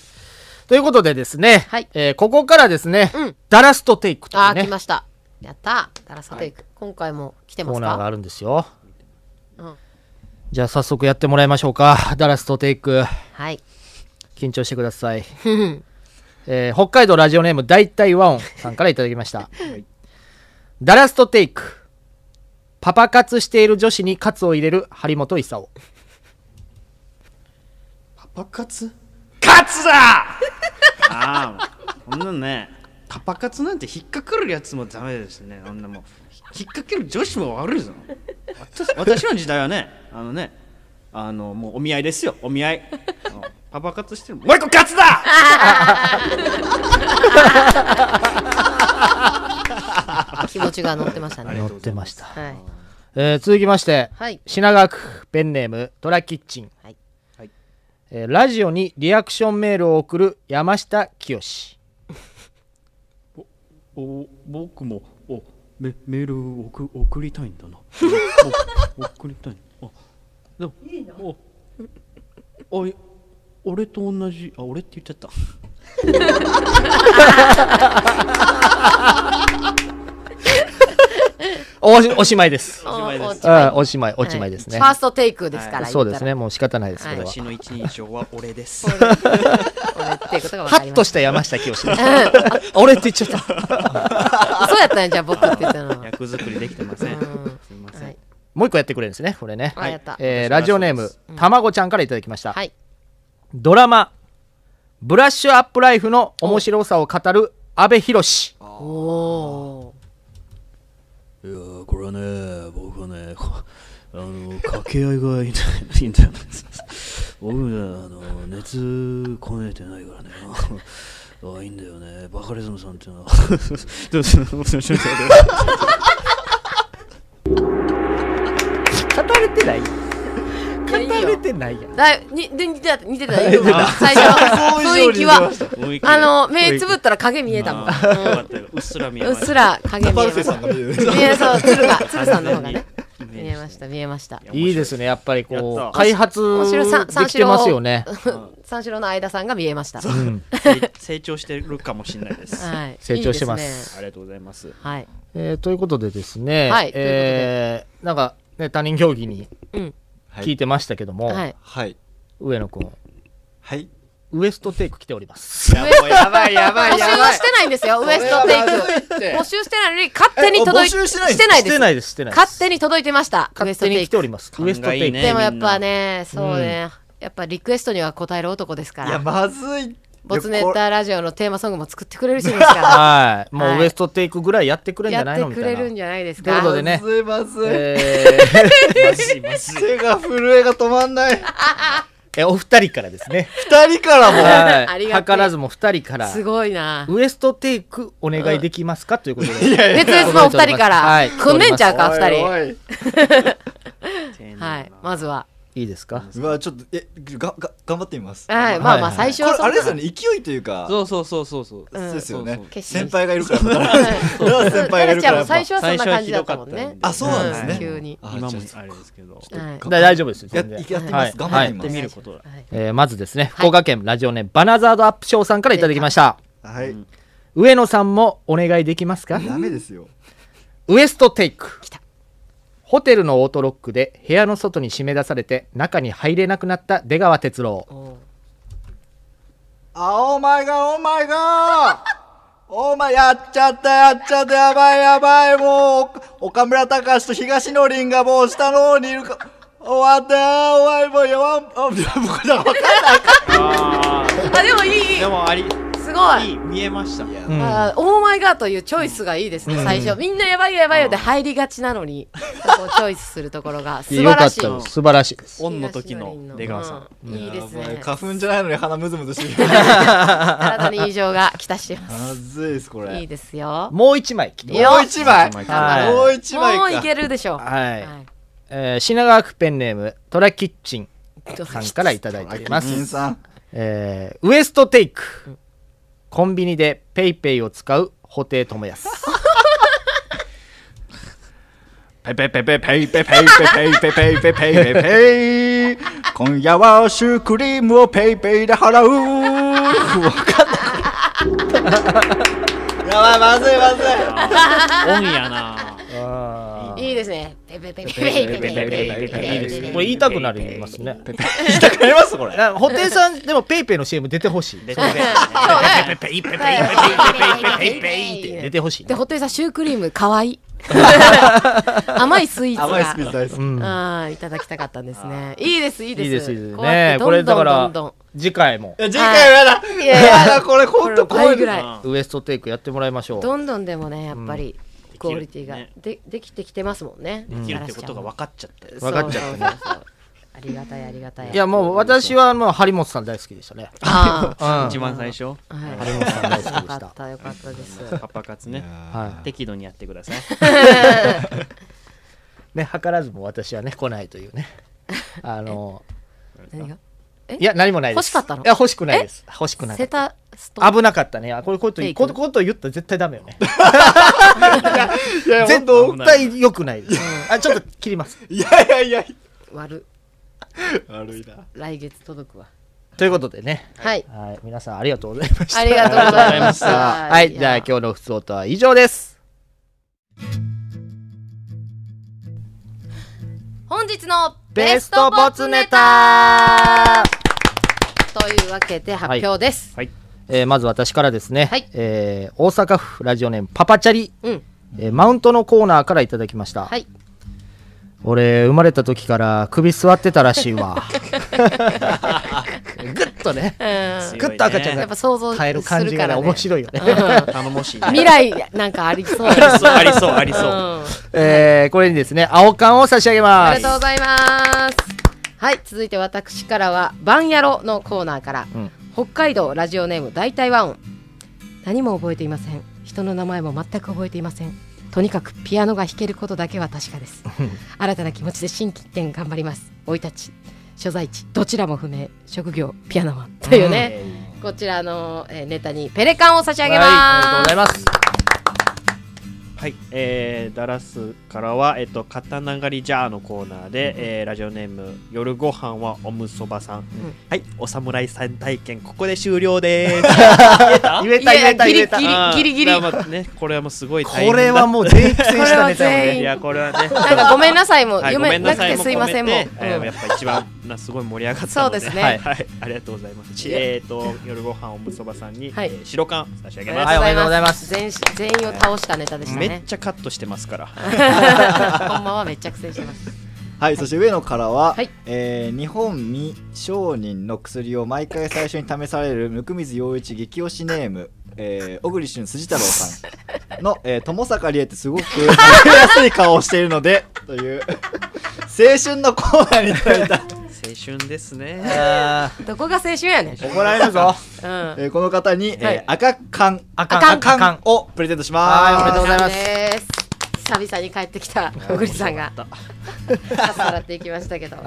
ということでですね、はいえーここからですね、うんダラストテイクといあうー来ねましたやったダラステイク今回も来てコまーすナーがあかるんですよ、うんじゃあ早速やってもらいましょうかダラストテイクはい緊張してください、えー北海道ラジオネーム大体和音さんからいただきました、ダラストテイクパパ活している女子にカツを入れる張本勲パパ活カツだああこんなのねパパ活なんて引っかかるやつもダメですねあんなもう引っかける女子も悪いぞ私私の時代はねあのねあのもうお見合いですよお見合いうんパパ活してるもう一個カツだ気持ちが乗ってまし たね乗ってました、はいえー続きまして、はい品川区ペンネームトラキッチン、はいはいえーラジオにリアクションメールを送る山下清お僕もおメメールを送送りたいんだな お送りたいあでもおおい俺と同じあ俺って言っちゃったおしおしまいですおまいですおあーおしまいおしまいですね、ファーストテイクですから、そうです言ねもう仕方ないですけど、はい私の一人称は俺です。ったら。俺っていうことが分ハかりッまとしした山下清 俺って言っちゃったた。 そうやったんやじゃあ僕って言ったのは。役作りできてませうん。んすみません。はい。もう一個やってくれるんですね、これね。はいやったえーラジオネーム、たまごちゃんからいただきました。はい。ドラマ、ブラッシュアップライフの面白さを語る阿部寛。おおいやーこれはね、僕はね、 こあの掛け合いがいいんだいいんだよね。僕ね、あの熱こねてないからね。 あいいんだよね。バカリズムさんっていうのは。 どうするどうするどうする語れてないいやいい出よてないやんだいにで似てた似てたよ似てた最初は雰囲気は雰囲気あの目つぶったら影見えたもん、あーよかったようっすら見えうっましたすら影見えました見える見えそう鶴が鶴さんの方がね完全にイ見メージえました見えましたやいいですねやっぱりやこっうた開発面白いさできてますよね三四郎の相田さんが見えましたはうん成 成長してるかもしれないです。あい成長してますいいですねりがとうございます。はいえーということでですねはいえーなんかね他人競技にうん聞いてましたけどもはいはい上野くんはいウエストテイク来ておりますやばいやばいやば募集はしてないんですよウエストテイク募集してないのに勝手に届いえあ募集してないんですしてないですしてないです勝手に届いてましたウエ勝スト手テにイ来てクおります勘ウがエいスいねトテイクでもやっぱねそうねやっぱリクエストには答える男ですかいやらまずいボツネこれタラジオのテーマソングも作ってくれるしですかはいもはいうウエストテイクぐらいやってくれらるんじゃなやいのってみくたれいなるんじゃないですということでかねまずいまずい、えーマジマジ。手が震えが止まんないえお二人からですね 二人からもはありいがてえ図らずも二人からすごいなウエストテイクお願いできますか、ということで。別々のお二人から、はい組んでんちゃうか二人おいおいはいまずはいいですかうわちょっとえがが頑張ってみますはい、いまあまはあい最初これはあれですよねね勢いというかそうそうそうそうそう。んそうですよそうねそう決して先輩がいる から奈良先輩がいるからやっぱ最初はそんな感じだったもん最初はねひどかったんであそうなんですねうん急にあ今もちょっあれですけど。とはいだ大丈夫ですよ。や全然やってみます頑張ってみおま願いしす見まるすことだはいえーまずですね、福岡県ラジオネームバナザードアップ賞さんからいただきました。はい上野さんもお願いできますかダメですよウエストテイク。ホテルのオートロックで部屋の外に締め出されて中に入れなくなった出川哲郎。あお前がお前がお前やっちゃったやっちゃったやばいやばいもう岡村隆史と東野凛がもう下の方にいるか終わったよお前もうやばんあいや僕らわかんないああでもいいいい でもありすごいいい見えました。うんあーオーマイガーというチョイスがいいですね、最初みんなやばいよやばいよで入りがちなのにそこをチョイスするところが素晴よからっしたでいす。素晴らしいです。オンの時の出川さん。うんいいですお前ね花粉じゃないのに鼻ムズムズしてる体に異常がきたしてままずいですこすいれいですよもう一枚来てますよもう一枚もう一枚もう一枚もういかけるでしょうはい、えー品川区ペンネームトラキッチンさんからいただいております。金さんえーウエストテイク、コンビニでペイペイを使う布袋寅 泰ペペペペペイペペイペペイペペイペペイペペイ今夜はシュークリームをペイペイで払うやばいまずいまずいオンやな。いいですねペペペペペペペこれ言いたくなりますね痛くなりますこれ あ布袋さんでもペイペイの CM 出てほしいペペペ出てほしいね、で、ホテイさん、シュークリーム、かわいい。甘いスイーツが。甘いスピーチ大好きうんああ、いただきたかったんですね。いいです、いいいです。いですいいですこうやねってこれだかどらんどんどん次回もいや次回はやだいや いややだこれど本ん。当これ倍怖いぐですらい。ウエストテイクやってもらいましょうどんどんでもね、やっぱり、クオリティができるでできてきてますもんね。できるってことが分かっちゃったよ。分かっちゃったねた。ありがたい、ありがたい。いやもう私はもう張本さん大好きでしたね、あうんは一番最初。あ、はい。張本さん大好きでしたよかった、よかったです。パパ活ね。い適度にやってください。ね図らずも私はね来ないというねあの何がいや何もないです欲しかったのいや欲しくないです欲しくないセタスト危なかったね。あこれことテ言イクここと言ったら絶対ダメよ ね。いや絶本当対良くないです。あちょっと切ります。いやいやいや悪悪いな来月届くわ。ということでね、はい。はい皆さんありがとうございました。ありがとうございました。はいじゃあ今日のふつおとは以上です。本日のベベスストトボボツツネネタタというわけで発表です。はい。えーまず私からですね。はいえー大阪府ラジオネームパパチャリ、うんえーマウントのコーナーからいただきました。はい。俺生まれた時から首座ってたらしい わ。ぐっとね。うんぐっと赤ちゃんやがっぱ想像す耐えるるか感らじがねね。面白いよね。頼もしい。未来なんかありそう。あ りそうありそうありうそんう。えーこれにですね青缶を差し上げますありがとうございます。はい、続いて私からはバンヤロのコーナーから、ん北海道ラジオネーム大体ワン何も覚えていません。人の名前も全く覚えていません。とにかくピアノが弾けることだけは確かです。新たな気持ちで新規点頑張ります。生い立ち。所在地どちらも不明職業ピアノマンというね、こちらの、えーネタにペレカンを差し上げます、はい、ありがとうございます。はい、えー、ダラスからは、えっと、刀狩りジャーのコーナーで、えーラジオネーム、夜ご飯はおむそばさん。はい、お侍さん体験、ここで終了です。言えた言えたい言えやたギリギリギリギリあーだからまあね、これはもうすごい大変これはもう全員苦戦したネタよこれは全ね員いや、これはね、なんかごめんなさいも、はい読めなくごめてんすいませんもう、込めてえーうんやっぱ一番なすごい盛り上がったのでそうですねはい、はいありがとうございますちえっ、と夜ご飯おむそばさんに、はいえー白缶差し上げます、はいおめでとうございます全し全員を倒したネタでしためっね。ちゃカットしてますから ほんまはめっちゃ苦戦してます。はい、そして上野からは、はいえー日本未承認の薬を毎回最初に試される温水洋一激推しネーム、えー、小栗旬辻太郎さん の、えー、友坂理恵ってすごく見やすい顔をしているので、という、青春のコーナーに届いた、青春ですねあどこが青春やねん。うん。怒られる ぞはえーこの方に、えーはい赤缶、あかんあかんあかんをプレゼントしはいおめまでとうございますす。久々に帰ってきた小栗さん がささらっていきましたけど。は、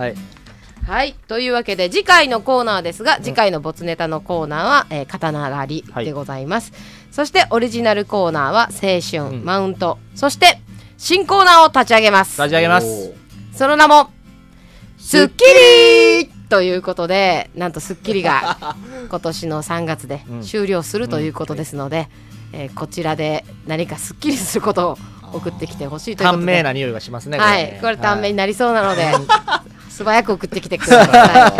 はいいというわけで次回のコーナーですが、次回の没ネタのコーナーは、えー刀狩りでございます。そしてオリジナルコーナーは青春、うんマウント、そして新コーナーを立ち上げます。差し上げますその名も、スッキリということで、なんとスッキ リが今年の3月でうん終了するということですので、えーこちらで何かスッキリすることを送ってきてほしいということ短で。命な匂いがしますねはい、これ短命になりそうなので、素早く送ってきてくださ い。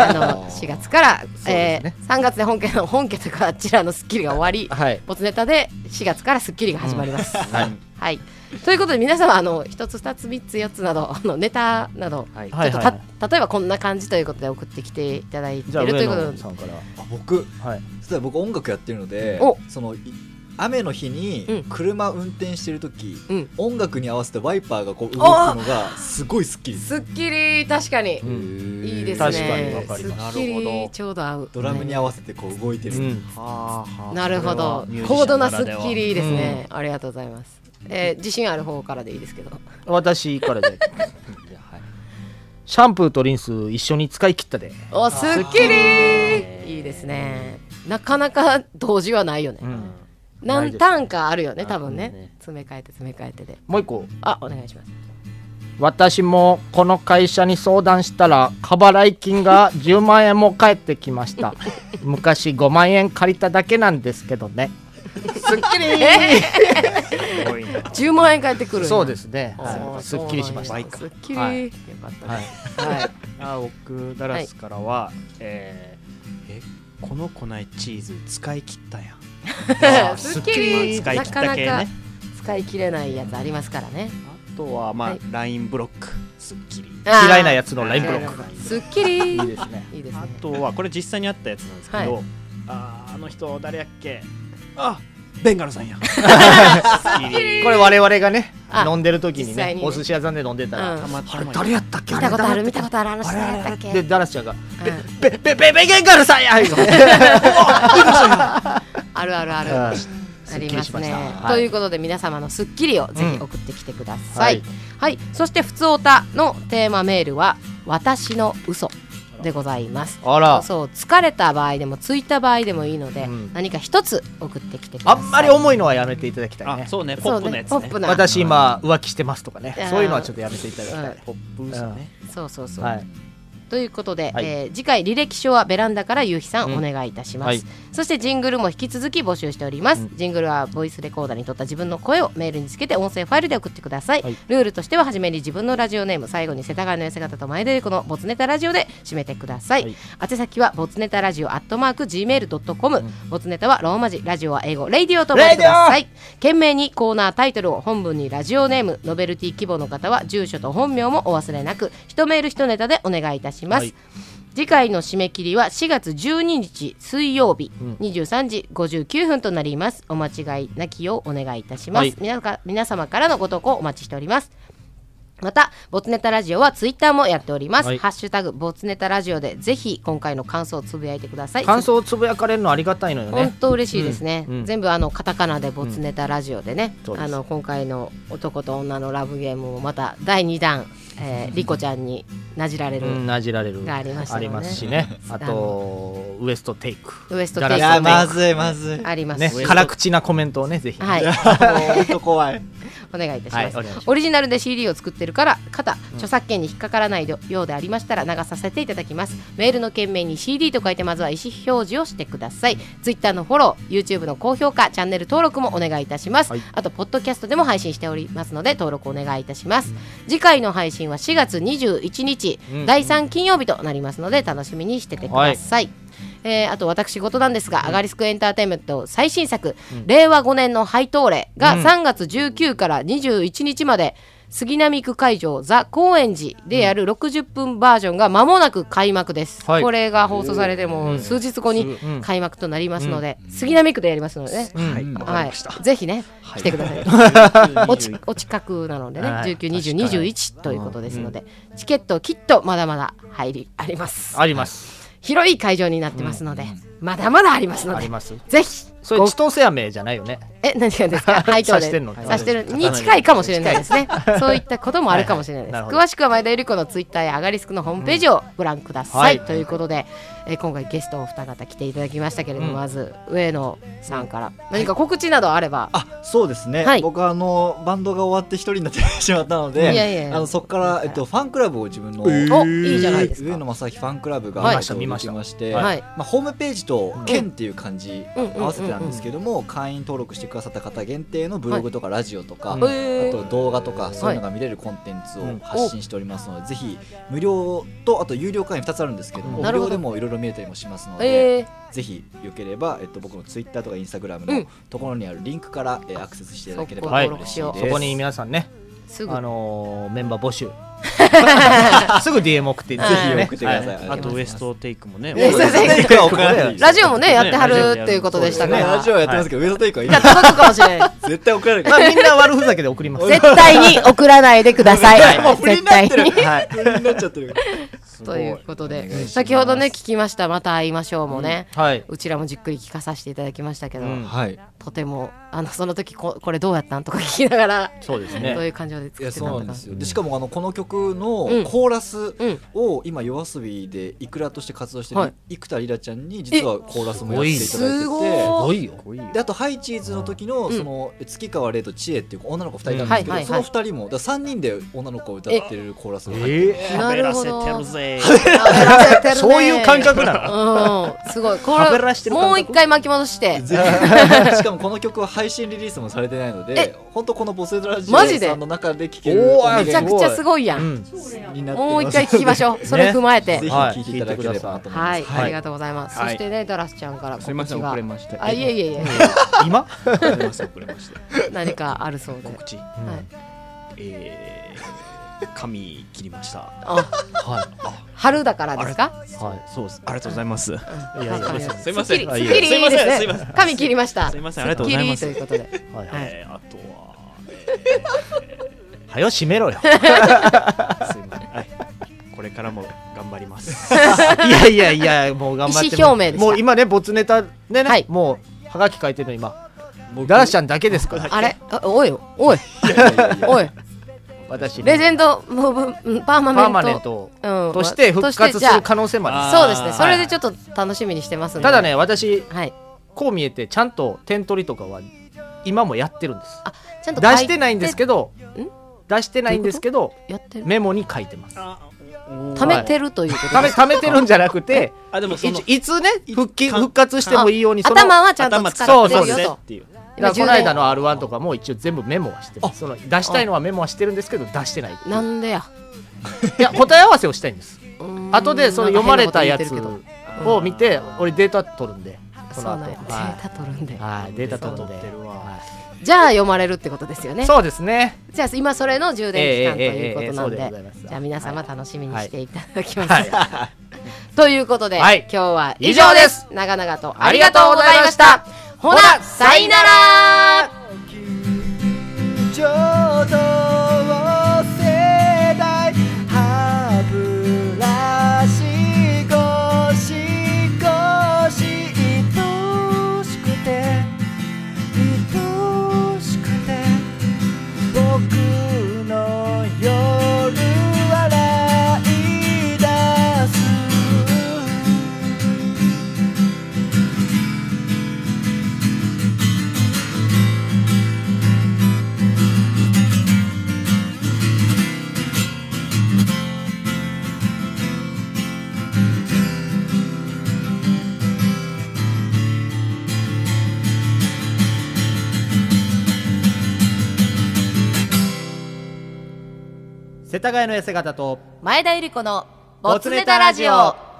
あの4月から、うでえすね3月で本家の本家というかあちらのスッキリが終わり、はいボツネタで4月からスッキリが始まります。はいはい。ということで皆様あの一つ二つ三つ四つなどあのネタなど、はいちょはっといたはい例えばこんな感じということで送ってきていただいてじゃあるとい上うこと野でさんからす。あ僕、はい実は僕音楽やってるのでお、そのい雨の日うにん車運転してる時、うん音楽に合わせてワイパーがこう動くのがすごい好きスッキリ確かに、いいですね。確かにわかりますスッキなるほどリちょうど合う。ドラムに合わせてこう動いてる、うんはあはあなるほどこれはミュージシャン高度なスらではッキリですね、ありがとうございます、えー、自信ある方からでいいですけど私から でシャンプーとリンス一緒に使い切ったでおスッキリいいですねなかなか同時はないよね、うんない何ですねターンかあるよね多分ねうんね詰め替えて詰め替えてでもう一個あお願いします私もこの会社に相談したら過払い金が10万 円も返ってきました昔5万円借りただけなんですけどねすっきりすごいな10万円返ってくるそうですすねはいすっきりしましたはすっいきり、はいよかったですはいあ僕ダラスからは、えーえこの粉チーズ使い切ったや んスッキリ使いな切ったかな系ねか使い切れないやつありますから ねあとはまあ、はいラインブロックすっきり嫌いなやつのラインブロッククスッキリいいいですねいいですねあとはこれ実際にあったやつなんですけど、はあーあの人誰やっけあベンガルさ んやすっ きりこれ我々がねあ飲んでる時にね実際にねお寿司屋さんで飲んでたら、うんたまたあれま誰やったっけ見あたれことある誰見たことあるあの人誰だっけでダラスちゃんがうん「ベベベベゲンガルさんや!」言うのあるあるある。はあいすりますねっきりしましたはいということで皆様のスッキリをぜひ送ってきてください。うんはい、そしてふつおたのテーマメールは私の嘘でございます。あ らそう疲れた場合でもついた場合でもいいので、うん何か一つ送ってきてくだあさい。んまり重いのはやめていただきたいあねそうねポそうップのやつポねップな。私今浮気してますとかねうんそういうのはちょっとやめていただきたい、うんポップさね、そうそうそう。はいということで、はいえー次回履歴書はベランダからゆうひさんうんお願いいたします、はいそしてジングルも引き続き募集しております、ジングルはボイスレコーダーに撮った自分の声をメールにつけて音声ファイルで送ってください、はいルールとしては初めに自分のラジオネーム最後に世田谷の寄せ方と前でこのボツネタラジオで締めてください、はい宛先はボツネタラジオアットマーク Gmail.com、ボツネタはローマ字ラジオは英語レイディオと覚えてください懸命にコーナータイトルを本文にラジオネームノベルティ規模の方は住所と本名もお忘れなく一メール一ネタでお願いいたします、はい次回の締め切りは4月12日水曜日23時59分となりますお間違いなきようお願いいたします、はい皆か皆様からのご投稿お待ちしておりますまた、ボツネタラジオはツイッターもやっております。はいハッシュタグ、ボツネタラジオで、ぜひ今回の感想をつぶやいてください。感想をつぶやかれるのありがたいのよ本ね当嬉しいですね、うんうん全部あのカタカナでボツネタラジオでね、そうですあの今回の男と女のラブゲームもまた第2弾、えー、リコちゃんになじられる、うんなじられるがありましたよねますしねあとウエストテイクウエストダテライいストやテイまクずいまずいあります、ね辛口なコメントをねぜひ はい本当怖いお願いいたします,、はいお願いしますオリジナルで CD を作ってるから肩著作権に引っかからないようでありましたら流させていただきますメールの件名に CD と書いてまずは意思表示をしてください Twitter のフォロー YouTube の高評価チャンネル登録もお願いいたします、はいあとポッドキャストでも配信しておりますので登録お願いいたします、次回の配信は4月21日、うん第3金曜日となりますので楽しみにしててください、えーあと私事なんですが、アガリスクエンターテインメント最新作、令和5年の配当例が3月19から21日まで、杉並区会場ザ・高円寺でやる60分バージョンが間もなく開幕です、はいこれが放送されてもう数日後にん開幕となりますので、杉並区でやりますのでね、はいうんはい、ぜひね、 来てください。おちお近くなのでね、はい19、20、21ということですので、チケットきっとまだまだ入りあります。あります広い会場になってますので、まだまだありますのあでり、ますぜひ、それご千歳飴じゃないよねえ、何がで すか、配当指してでんの指してるに近いかもしれないですね。そういったこともあるかもしれないです。はいはいなるほど詳しくは前田ゆり子のツイッターやアガリスクのホームページをご覧ください。はいということで、えー今回ゲストお二方来ていただきましたけれども、うんまず上野さんから何か告知などあれば、あそうですね、はい僕はあのバンドが終わって一人になってしまったのいやいでやいやあのそこから、えっと、ファンクラブを自分の、おいいじゃないですか上。野正明ファンクラブがはいえっと見ましたできまして、はいまあ、ホームページと「県」っていう漢字う合んうんわせてなんですけども、会員登録してくださった方限定のブログとかラジオとか、はいえあーと動画とかそういうのが見れるコンテンツを発信しておりますので、ぜひ無料とあと有料会員2つあるんですけども、な無るほ料どでもいろいろ見れたりもしますのえで、ーぜひよければ、えっと、僕のツイッターとかインスタグラうムのんところにあるリンクから、えーアクセスしていただければはい嬉しいです、そこに皆さんねすぐあのーメンバー募 集すぐ DM 送ってぜひね送ってくださいあとウエストテイクもねえーそうですねウエストテイクは送らないでいいですラジオもねやってはラジオもるやるっていうことでしたかねら、ラジオはやってますけど、ウエストテイクは今届くかもしれない。絶対送られる まあみんな悪ふざけで送ります 絶対に送らないでください。もう振りに絶なっ対てるに。はい振りになっちゃって るということお願いしで、ます先ほどね、聞きました、また会いましょうもね、はい、うちらもじっくり聞かさせていただきましたけど、うんはいとても、あの、その時こ、これどうやったんとか聞きながら、そうですどうね。いう感情でい作やってそうたなのんかで。すよでしかもあのこの曲のうんコーラスうんを今夜遊びでイクラとして活動してはいる生田リラちゃんに実はコーラスもやっていただいすてごていいよ。であとハイチーズの時のんその月川玲と千恵っていう女の子2人いたんですけうんはいはいはどいその2人もだ3人で女の子を歌ってるコーラスが入ってるえな喋るらほせてど。やるぜえ、そういう感覚なの。うん、すごい。こはべらしてれ、る感覚もう一回巻き戻して、ぜ ひしかもこの曲は配信リリースもされてないのえで本当このボスラジマジオでさんの中で聴けるおー音めちゃ源くちゃすごいやん。ん、になってますもう一回聞きましょう。それ踏まえて ぜ。ひ聴いていただければなと思いまはすい、ありがとうございます。そしてね、ダラスちゃんから告知が。すみません遅れましてあ、いえいえいえ。今。遅れました遅れました何かあるそうで。告知はい。えー髪切りましたあ、は春だからですか。い。はそうですありがとうございますいやいやはいすいませんすっきりあいえすっきりすいませんですすいませねん。髪切りました。すいませんありがとうございますっきりということで。い。はい。はい。えーあとははよ閉めろよ。すいませんはいこれからも頑張ります いやいやいや、もう頑張って。意思表明でしたもう今ね、没ネタではねい、もうはがき書いてるの今。ダラシちゃんだけですから。あれ、あおいよおい、お い、私。レジェンドムーブうんパーマメント。パーマネントうんとして復活する可能性もあある。そうですね。ーそれでちょっと楽しみにしてますんで。ただ。ね、私、はい。こう見えて、ちゃんと点取りとかは。今もやってるんです。あ、ちゃんと出してないんですけど。出してないんですけど、ど。やってる。メモに書いてます。貯めてるということですため貯めてるんじゃなくて、あでもそいのついつね復帰か復活してもいいようにその頭はちゃんと使そっうてそうるですよねとっ。ていうだからこ今の間充の R1 とかも一応全部メモはしてますその出したいのはメモはしてるんです けど出してない電なんでや。いや答え合わせをしたいんですうーん後でその読まれたやなんつか変なこと言ってるを見て俺データ取るんでけどそそうのなん後や。デはータ取るんでい。はいデータ取るんではじゃあ読まれるってことですよいね。そうですねじゃあ今それの充電期間とええいうこええええええそとなんうでございでます、じゃあ皆様楽しみにしていただきます。はい ということで、はい今日は以以上上でですす。長々とありがとうございました。ほな、さいなら浄土世代歯ブラシゴシゴシ愛しくて愛しくて僕の夜笑い世田谷の痩せ方と前田ゆり子のボボツツネネタタララジジオオ